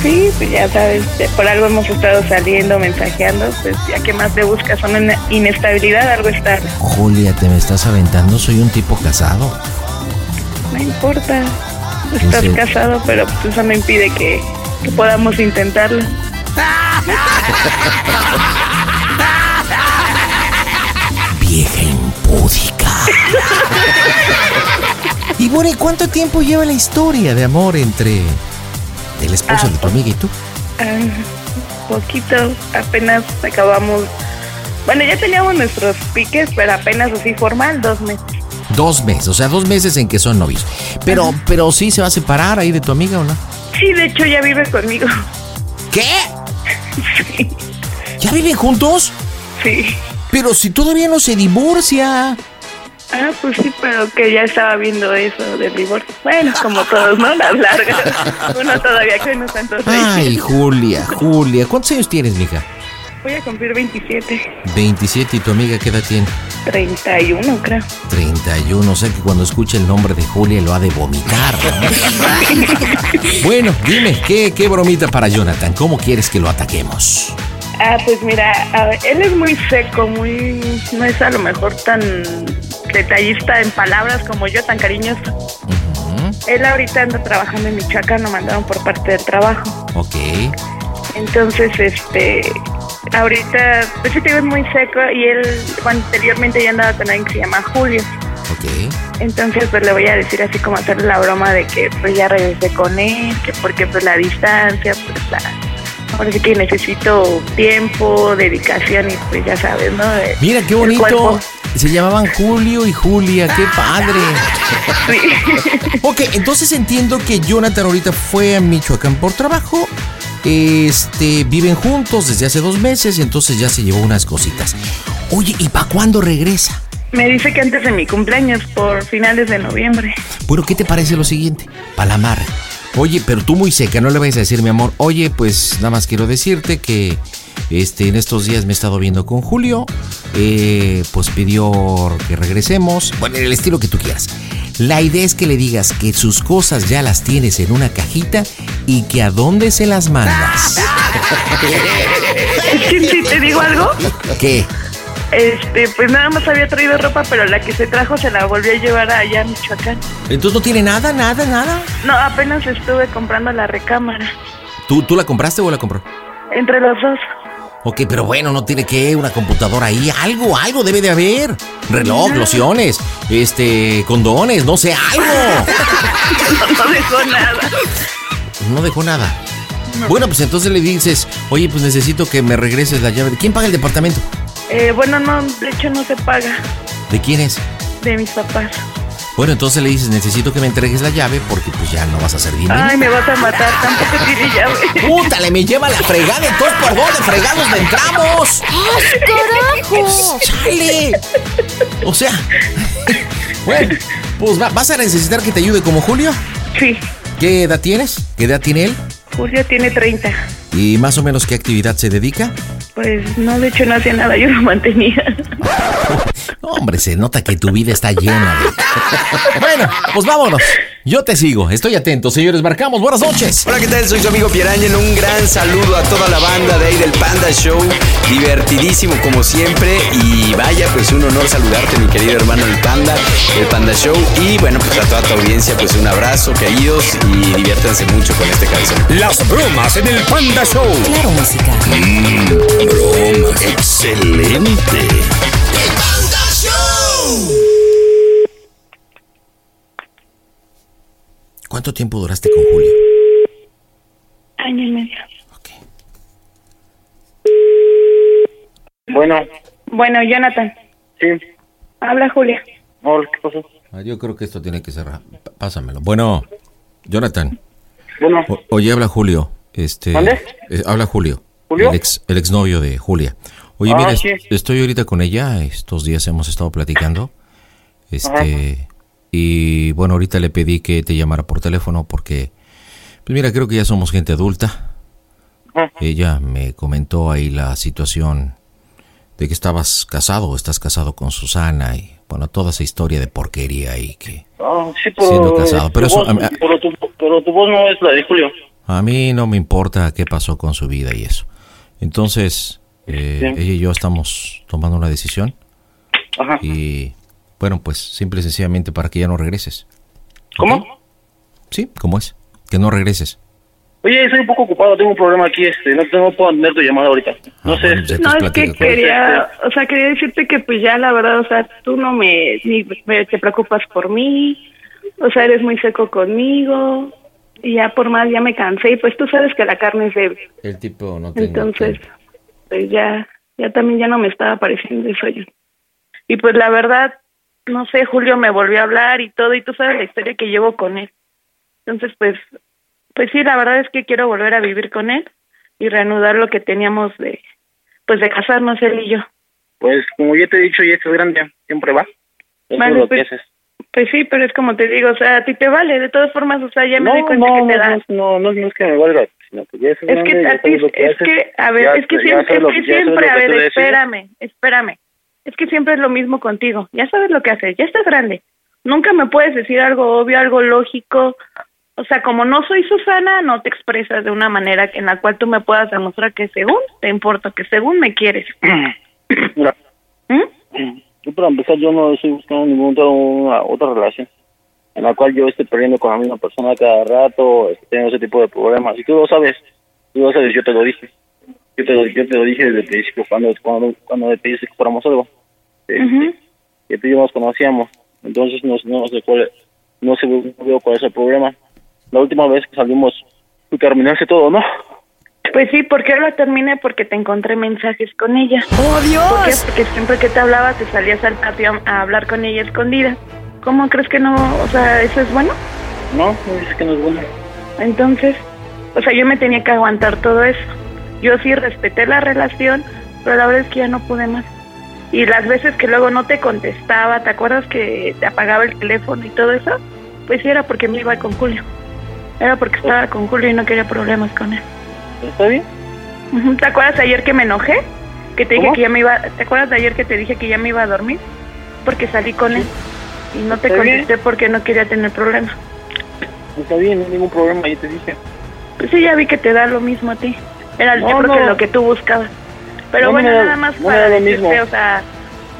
Sí, pues ya sabes, de- por algo hemos estado saliendo, mensajeando, pues ya que más te buscas una ina- inestabilidad, algo está.
Julia, te me estás aventando, soy un tipo casado.
No importa, estás
Sí.
casado, pero pues eso no impide que, que podamos intentarlo.
Vieja impúdica. Y bueno, ¿y ¿cuánto tiempo lleva la historia de amor entre el esposo de tu amiga y tú?
Ah, poquito, apenas acabamos. Bueno, ya teníamos nuestros piques, pero apenas así formal, dos meses.
Dos meses, o sea, dos meses en que son novios. Pero, pero sí se va a separar ahí de tu amiga o no?
Sí, de hecho ya vive conmigo.
¿Qué? ¿Ya viven juntos?
Sí.
Pero si todavía no se divorcia.
Ah, pues sí, pero que ya estaba viendo eso del divorcio. Bueno, como todos, ¿no? Las largas. Uno todavía que no tantos
Ay, Julia, Julia, ¿cuántos años tienes, mija?
Voy a cumplir 27,
27 y tu amiga qué edad tiene?
31, creo.
31, o sea que cuando escuche el nombre de Julia lo ha de vomitar. ¿no? bueno, dime, ¿qué, ¿qué bromita para Jonathan? ¿Cómo quieres que lo ataquemos?
Ah, pues mira, a ver, él es muy seco, muy. No es a lo mejor tan detallista en palabras como yo, tan cariñoso. Él ahorita anda trabajando en Michoacán, lo mandaron por parte del trabajo.
Ok.
Entonces, este. Ahorita, pues sí, te digo, es muy seco y él bueno, anteriormente ya andaba con alguien que se llama Julio. Entonces, pues le voy a decir así como hacerle la broma de que pues ya regresé con él, que porque pues la distancia, pues la... Ahora sí que necesito tiempo, dedicación y pues ya sabes, ¿no? Eh,
Mira qué
el
bonito.
cuerpo.
Se llamaban Julio y Julia, qué padre. Ok, entonces entiendo que Jonathan ahorita fue a Michoacán por trabajo. Este, viven juntos desde hace dos meses y entonces ya se llevó unas cositas. Oye, ¿y para cuándo regresa?
Me dice que antes de mi cumpleaños, por finales de noviembre.
Bueno, ¿qué te parece lo siguiente? Palamar. Oye, pero tú muy seca, no le vayas a decir, mi amor, oye, pues nada más quiero decirte que este, en estos días me he estado viendo con Julio, eh, pues pidió que regresemos, bueno, en el estilo que tú quieras. La idea es que le digas que sus cosas ya las tienes en una cajita y que a dónde se las mandas.
Es que si te digo algo,
¿Qué?
este, pues nada más había traído ropa, pero la que se trajo se la volvió a llevar allá a Michoacán.
Entonces no tiene nada, nada, nada.
No, apenas estuve comprando la recámara.
¿Tú, tú la compraste o la compró?
Entre los dos.
Ok, pero bueno, no tiene que una computadora ahí, algo, algo debe de haber. Reloj, lociones, este, condones, no sé, algo.
no dejó nada.
No dejó nada. Bueno, pues entonces le dices, oye, pues necesito que me regreses la llave. ¿Quién paga el departamento?
Eh, bueno, no, de hecho no se paga
¿De quién es?
de mis papás.
Bueno, entonces le dices, necesito que me entregues la llave porque pues ya no vas a ser dinero.
Ay, me vas a matar, tampoco tiene llave.
¡Pútale, me lleva la fregada! Entonces, ¿por dónde fregados le entramos?
carajo!
¡Chale! O sea, bueno, pues va- vas a necesitar que te ayude como Julio.
Sí.
¿Qué edad tienes? ¿Qué edad tiene él?
Julio tiene 30.
¿Y más o menos qué actividad se dedica?
Pues no, de hecho no hacía nada, yo lo mantenía.
Hombre, se nota que tu vida está llena de... bueno, pues vámonos. Yo te sigo. Estoy atento, señores. Marcamos. Buenas noches.
Hola, ¿qué tal? Soy su amigo Pieraña en un gran saludo a toda la banda de ahí del Panda Show. Divertidísimo como siempre y vaya, pues un honor saludarte, mi querido hermano el Panda, el Panda Show y bueno, pues a toda tu audiencia, pues un abrazo, queridos y diviértanse mucho con este canción.
Las bromas en el Panda Show.
Claro, música.
bromas. Excelente.
¿Cuánto tiempo duraste con Julio?
Año y medio.
Bueno,
Bueno, Jonathan.
sí.
Habla Julia.
Hola, ¿qué pasó?
Ah, Yo creo que esto tiene que cerrar. P- Pásamelo. Bueno, Jonathan.
Bueno,
O- oye, habla Julio. Este,
¿Mande?
eh, habla Julio.
¿Julio?
El, ex, el exnovio de Julia. Oye,
Ah,
mira, es-
sí.
estoy ahorita con ella. Estos días hemos estado platicando. Este, y bueno, ahorita le pedí que te llamara por teléfono porque, pues mira, creo que ya somos gente adulta. Ella me comentó ahí la situación de que estabas casado o estás casado con Susana y bueno, toda esa historia de porquería y que
Ah, sí,
Siendo
pero,
casado, pero
tu
eso-
voz-
a- a-
pero tu, pero tu voz no es la de Julio.
a mí no me importa qué pasó con su vida y eso. Entonces, eh,
Sí.
ella y yo estamos tomando una decisión y bueno, pues simple y sencillamente para que ya no regreses.
¿Cómo?
Sí, como es, que no regreses.
Oye, estoy un poco ocupado, tengo un problema aquí, este, no, no puedo atender tu llamada ahorita.
Ah,
No sé. este,
No, es que quería, o sea, quería decirte que pues ya la verdad, o sea, tú no me, ni me- te preocupas por mí, o sea, eres muy seco conmigo, y ya por más ya me cansé, y pues tú sabes que la carne es débil,
El tipo no
entonces, pues ya, ya también ya no me estaba pareciendo eso yo. Y pues la verdad, no sé, Julio me volvió a hablar y todo, y tú sabes la historia que llevo con él. Entonces, pues, pues sí, la verdad es que quiero volver a vivir con él y reanudar lo que teníamos de, pues de casarnos él y yo.
Pues como ya te he dicho, ya estás grande, siempre va. Eso
Vale,
es lo
pues,
que haces.
Pues sí, pero es como te digo, o sea, a ti te vale, de todas formas, o sea, ya me
no,
doy cuenta
no,
que te da.
no, no, no, no es que me valga, sino que ya estás
Es
grande,
que
ya
a ti,
sabes lo que
es
haces,
que, a ver,
ya-
es que
ya
siempre,
sabes lo-
es que
ya sabes lo
siempre, a
que
ver,
tú decides.
espérame, espérame. Es que siempre es lo mismo contigo, ya sabes lo que haces, ya estás grande. Nunca me puedes decir algo obvio, algo lógico. O sea, como no soy Susana, no te expresas de una manera en la cual tú me puedas demostrar que según te importa, que según me quieres. ¿Mm?
Mira, yo para empezar, yo no estoy buscando ninguna otra- otra relación en la cual yo esté perdiendo con la misma persona cada rato, esté teniendo ese tipo de problemas. Y tú lo sabes, tú lo sabes, yo te lo dije. Yo te lo, yo te lo dije desde el principio cuando, cuando, cuando me pediste que fuéramos algo. Eh, que tú y yo nos conocíamos. Entonces no, no sé cuál, no sé, no veo cuál es el problema. La última vez que salimos, tú terminaste todo, ¿no?
Pues sí, ¿por qué lo terminé? Porque te encontré mensajes con ella. ¡Oh, Dios! ¿Por qué? Porque siempre que te hablaba te salías al patio a hablar con ella escondida. ¿Cómo crees que no? O sea, ¿eso es bueno?
No, no dices que no es bueno.
Entonces, o sea, yo me tenía que aguantar todo eso. Yo sí respeté la relación, pero la verdad es que ya no pude más. Y las veces que luego no te contestaba, ¿te acuerdas que te apagaba el teléfono y todo eso? Pues sí, era porque me iba con Julio. Era porque estaba con Julio y no quería problemas con él.
¿Está bien?
Ujú, ¿Te acuerdas ayer que me enojé? Que te dije
¿Cómo?
que ya me iba. ¿Te acuerdas de ayer que te dije que ya me iba a dormir? Porque salí con él y no te
Está bien.
contesté porque no quería tener problemas.
Está bien, no hay ningún problema, yo te dije.
Pues sí, ya vi que te da lo mismo a ti. Era
No,
yo creo que
no.
lo que tú buscabas. Pero
No,
bueno,
no,
nada más
no
para
era lo
decirte,
mismo.
o sea,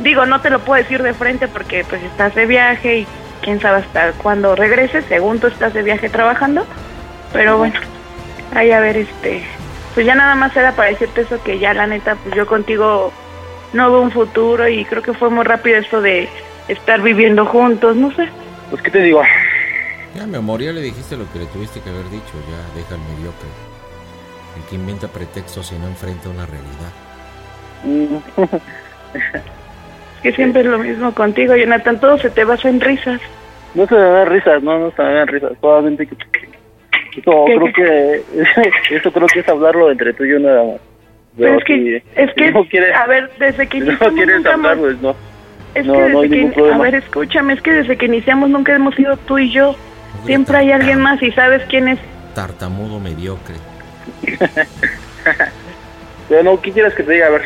digo, no te lo puedo decir de frente porque pues estás de viaje y quién sabe hasta cuándo regreses, según tú estás de viaje trabajando. Pero bueno, ahí a ver, este, pues ya nada más era para decirte eso que ya la neta, pues yo contigo no veo un futuro y creo que fue muy rápido esto de estar viviendo juntos, no sé.
Pues, ¿qué te digo?
Ya, mi amor, ya le dijiste lo que le tuviste que haber dicho. Ya, deja el mediocre. El que inventa pretextos y no enfrenta una realidad.
Mm,
Es que siempre es lo mismo contigo, Jonathan, todo se te basa en risas.
No se me dan risas, no, no se me dan risas. Solamente que. Eso
¿Qué?
creo que. Eso creo que es hablarlo entre tú y yo nada más.
Pero es
si-
que, es
si
que
no quieres,
a ver, desde que
si
iniciamos
no quieres
nunca hemos-
hablar, pues no.
es
no,
que
no
desde
hay
que,
ningún
in-
problema.
A ver, escúchame, es que desde que iniciamos nunca hemos sido tú y yo.
Pues
Siempre hay alguien más y sabes quién es.
Tartamudo mediocre.
Pero no, ¿qué quieres que te diga? A ver.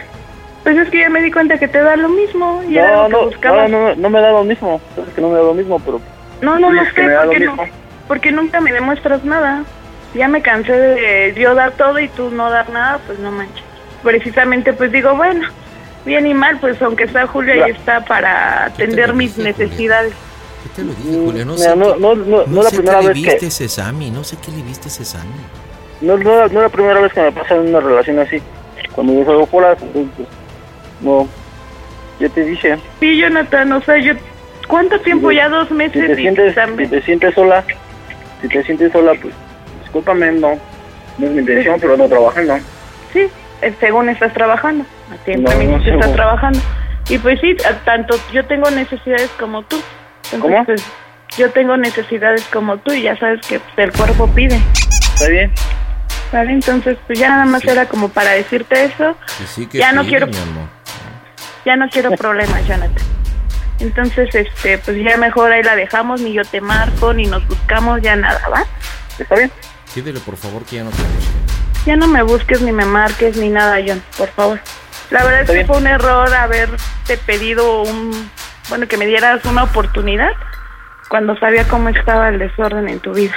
Pues es que ya me di cuenta que te da lo mismo. Y era lo
No,
que
no, no,
buscabas.
no, no me da lo mismo. Sabes que no me da lo mismo, pero.
No, no,
tú
no
dices
sé,
que me da lo
porque, no,
mismo.
porque nunca me demuestras nada. Ya me cansé de yo dar todo y tú no dar nada, pues no manches. Precisamente, pues digo, bueno, bien y mal, pues aunque está Julio ahí está para atender mis necesidades.
¿Qué te lo dije, Julio? No,
Mm, Mira,
sé
no,
qué-
no, no, no la
sé
primera
qué le
vez que-
viste a Sesami, no sé qué le viste a Sesami.
No, no, no es la primera vez que me pasa en una relación así. Cuando yo salgo fuera, entonces, pues, no. Yo te dije.
Sí, Jonathan, o sea, yo... ¿Cuánto tiempo?
Sí,
ya dos
si
meses
te
y
sientes si
también-
te sientes sola si te sientes sola pues discúlpame no no es mi intención pero no trabajando
Sí, eh, según estás trabajando. Siempre
No,
me dices que
no.
estás trabajando. Y pues sí, a- tanto yo tengo necesidades como tú. Entonces,
¿Cómo?
pues, yo tengo necesidades como tú y ya sabes que pues, el cuerpo pide.
está bien
¿Vale? Entonces, pues ya nada más era como para decirte eso.
Y sí
que Ya no pide, quiero- mi
amor.
Ya no quiero problemas, Jonathan. Entonces, este, pues ya mejor ahí la dejamos, ni yo te marco, ni nos buscamos, ya nada, ¿va?
está bien
Pídele, por favor, que ya no te busque.
Ya no me busques ni me marques ni nada, John, por favor. La verdad es que fue un error haberte pedido un, bueno, que me dieras una oportunidad cuando sabía cómo estaba el desorden en tu vida.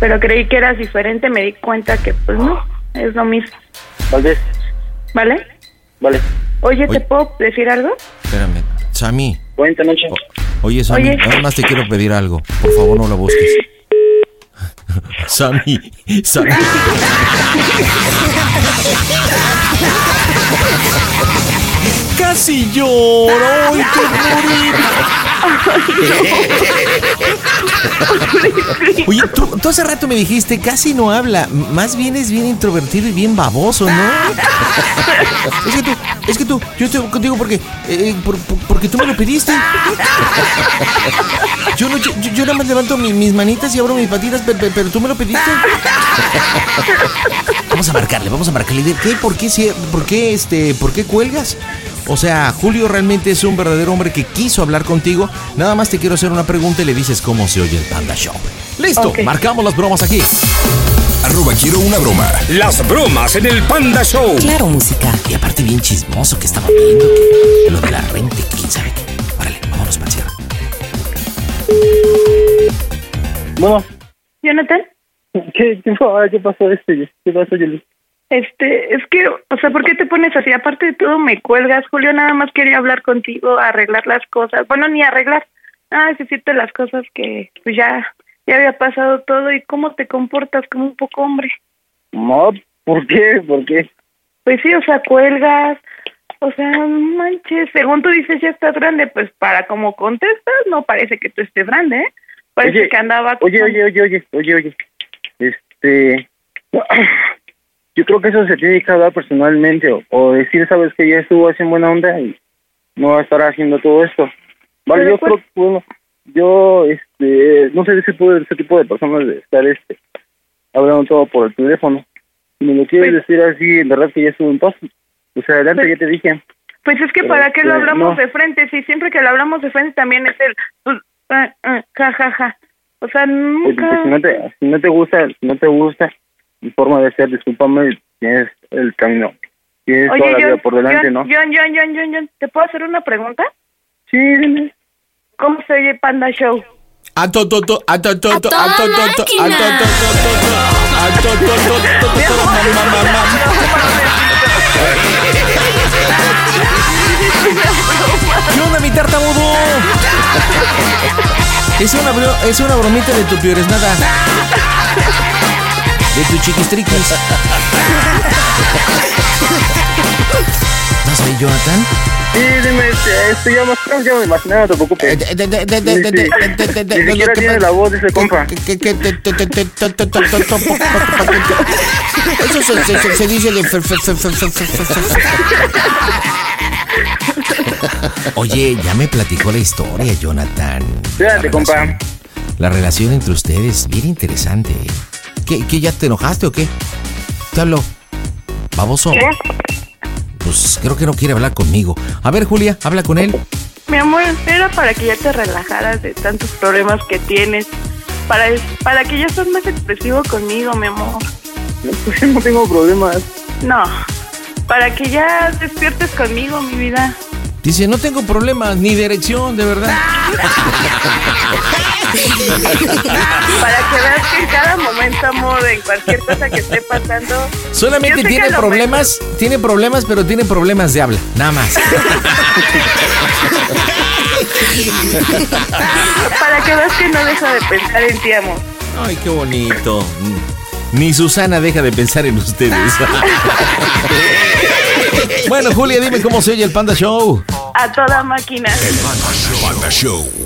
Pero creí que eras diferente, me di cuenta que pues no, es lo mismo.
Valdés,
¿Vale?
vale.
Oye, ¿te
Oye.
puedo decir algo?
Espérame. Sammy.
Buenas noches.
Oye, Sammy,
Oye.
nada más te quiero pedir algo. Por favor, no la busques. Sammy, Sammy. Casi lloro. ¡Ay, Oye, tú, tú hace rato me dijiste, casi no habla. M- Más bien es bien introvertido y bien baboso, ¿no? Es que tú, es que tú, yo estoy contigo porque, eh, por- por- porque tú me lo pediste. Yo, no, yo, yo- yo nada más levanto mi- mis manitas y abro mis patitas, pe- pe- pero, tú me lo pediste. Vamos a marcarle, vamos a marcarle. ¿De ¿Qué? ¿Por qué, cie- por qué, este, por qué cuelgas? O sea, Julio realmente es un verdadero hombre que quiso hablar contigo. Nada más te quiero hacer una pregunta y le dices cómo se oye el Panda Show. Listo,
Ok.
marcamos las bromas aquí.
Arroba quiero una broma.
Las bromas en el Panda Show.
Claro, música.
Y aparte bien chismoso que estaba viendo que lo de la renta, que quién sabe qué. Órale, vámonos para allá.
Bueno,
Jonathan,
¿qué, qué, ahora qué pasó este? ¿Qué pasó, Yoli?
este, es que, o sea, ¿por qué te pones así? Aparte de todo, me cuelgas, Julio, nada más quería hablar contigo, arreglar las cosas. Bueno, ni arreglar, ah, es decirte las cosas que pues ya, ya había pasado todo y cómo te comportas como un poco hombre.
No, ¿por qué? ¿Por qué?
Pues sí, o sea, cuelgas, o sea, no manches, según tú dices ya estás grande, pues para como contestas, no parece que tú estés grande, ¿eh? Parece
Oye,
que andaba...
Oye, oye, oye, oye, oye, oye. Este. Yo creo que eso se tiene que hablar personalmente o, o decir, sabes que ya estuvo haciendo buena onda y no va a estar haciendo todo esto. Vale,
Pero
yo
pues-
creo que, bueno, yo, este, no sé de ese, tipo- de ese tipo de personas de estar, este, hablando todo por el teléfono. Si me lo quieres decir así, en verdad que ya estuvo en paz. O sea, adelante,
Pues-
ya te dije.
Pues es que
Pero,
para qué lo
eh,
hablamos
no.
de frente, si siempre que lo hablamos de frente también es el pues, ah, ah, ja ja ja. O sea,
Pues, pues,
nunca
si, no te, si no te gusta, si no te gusta mi forma de ser, discúlpame, tienes el camino. Tienes toda la vida por delante,
John,
¿no?
John, John, John, John, John, ¿te puedo hacer una pregunta?
Sí, dime.
¿Cómo se oye Panda Show?
A to, to, to, a to, to, to, a to, to, to, a to, to, to, to, to, a to, to, to, to, to, to, ma, ma, ma, ma. ¿Qué onda, mi tartamudo? Es una, bro- es una bromita de tu piores nada. De tu chiquistriquis. ¿Estás ahí, Jonathan?
Sí, dime, este, este, ya más claro, ya me imaginaba, no te preocupes.
Eh,
Ni si- Ni siquiera tiene la voz de ese compa.
Eso se, se- se- se dice de... fer- fer- fer- fer- fer- fer- fer- fer. Oye, ya me platicó la historia, Jonathan.
Espérate, compa.
La relación entre ustedes, bien interesante. ¿Qué, qué ya te enojaste o qué? Te hablo. Baboso.
¿Eh?
Pues creo que no quiere hablar conmigo. A ver, Julia, habla con él.
Mi amor, era para que ya te relajaras de tantos problemas que tienes, para para que ya seas más expresivo conmigo, mi amor.
Pues yo no tengo problemas.
No, para que ya despiertes conmigo, mi vida.
Dice, no tengo problemas ni dirección, de verdad.
Para que veas que en cada momento, amor, en cualquier cosa que esté pasando. yo
Solamente
sé
tiene
que lo
problemas, tiene problemas, pero tiene problemas de habla, nada más.
mejor- Para que veas que no deja de pensar en ti, amor.
Ay, qué bonito. Ni Susana deja de pensar en ustedes. bueno, Julia, dime cómo se oye el Panda Show.
A toda máquina.
Panda Show.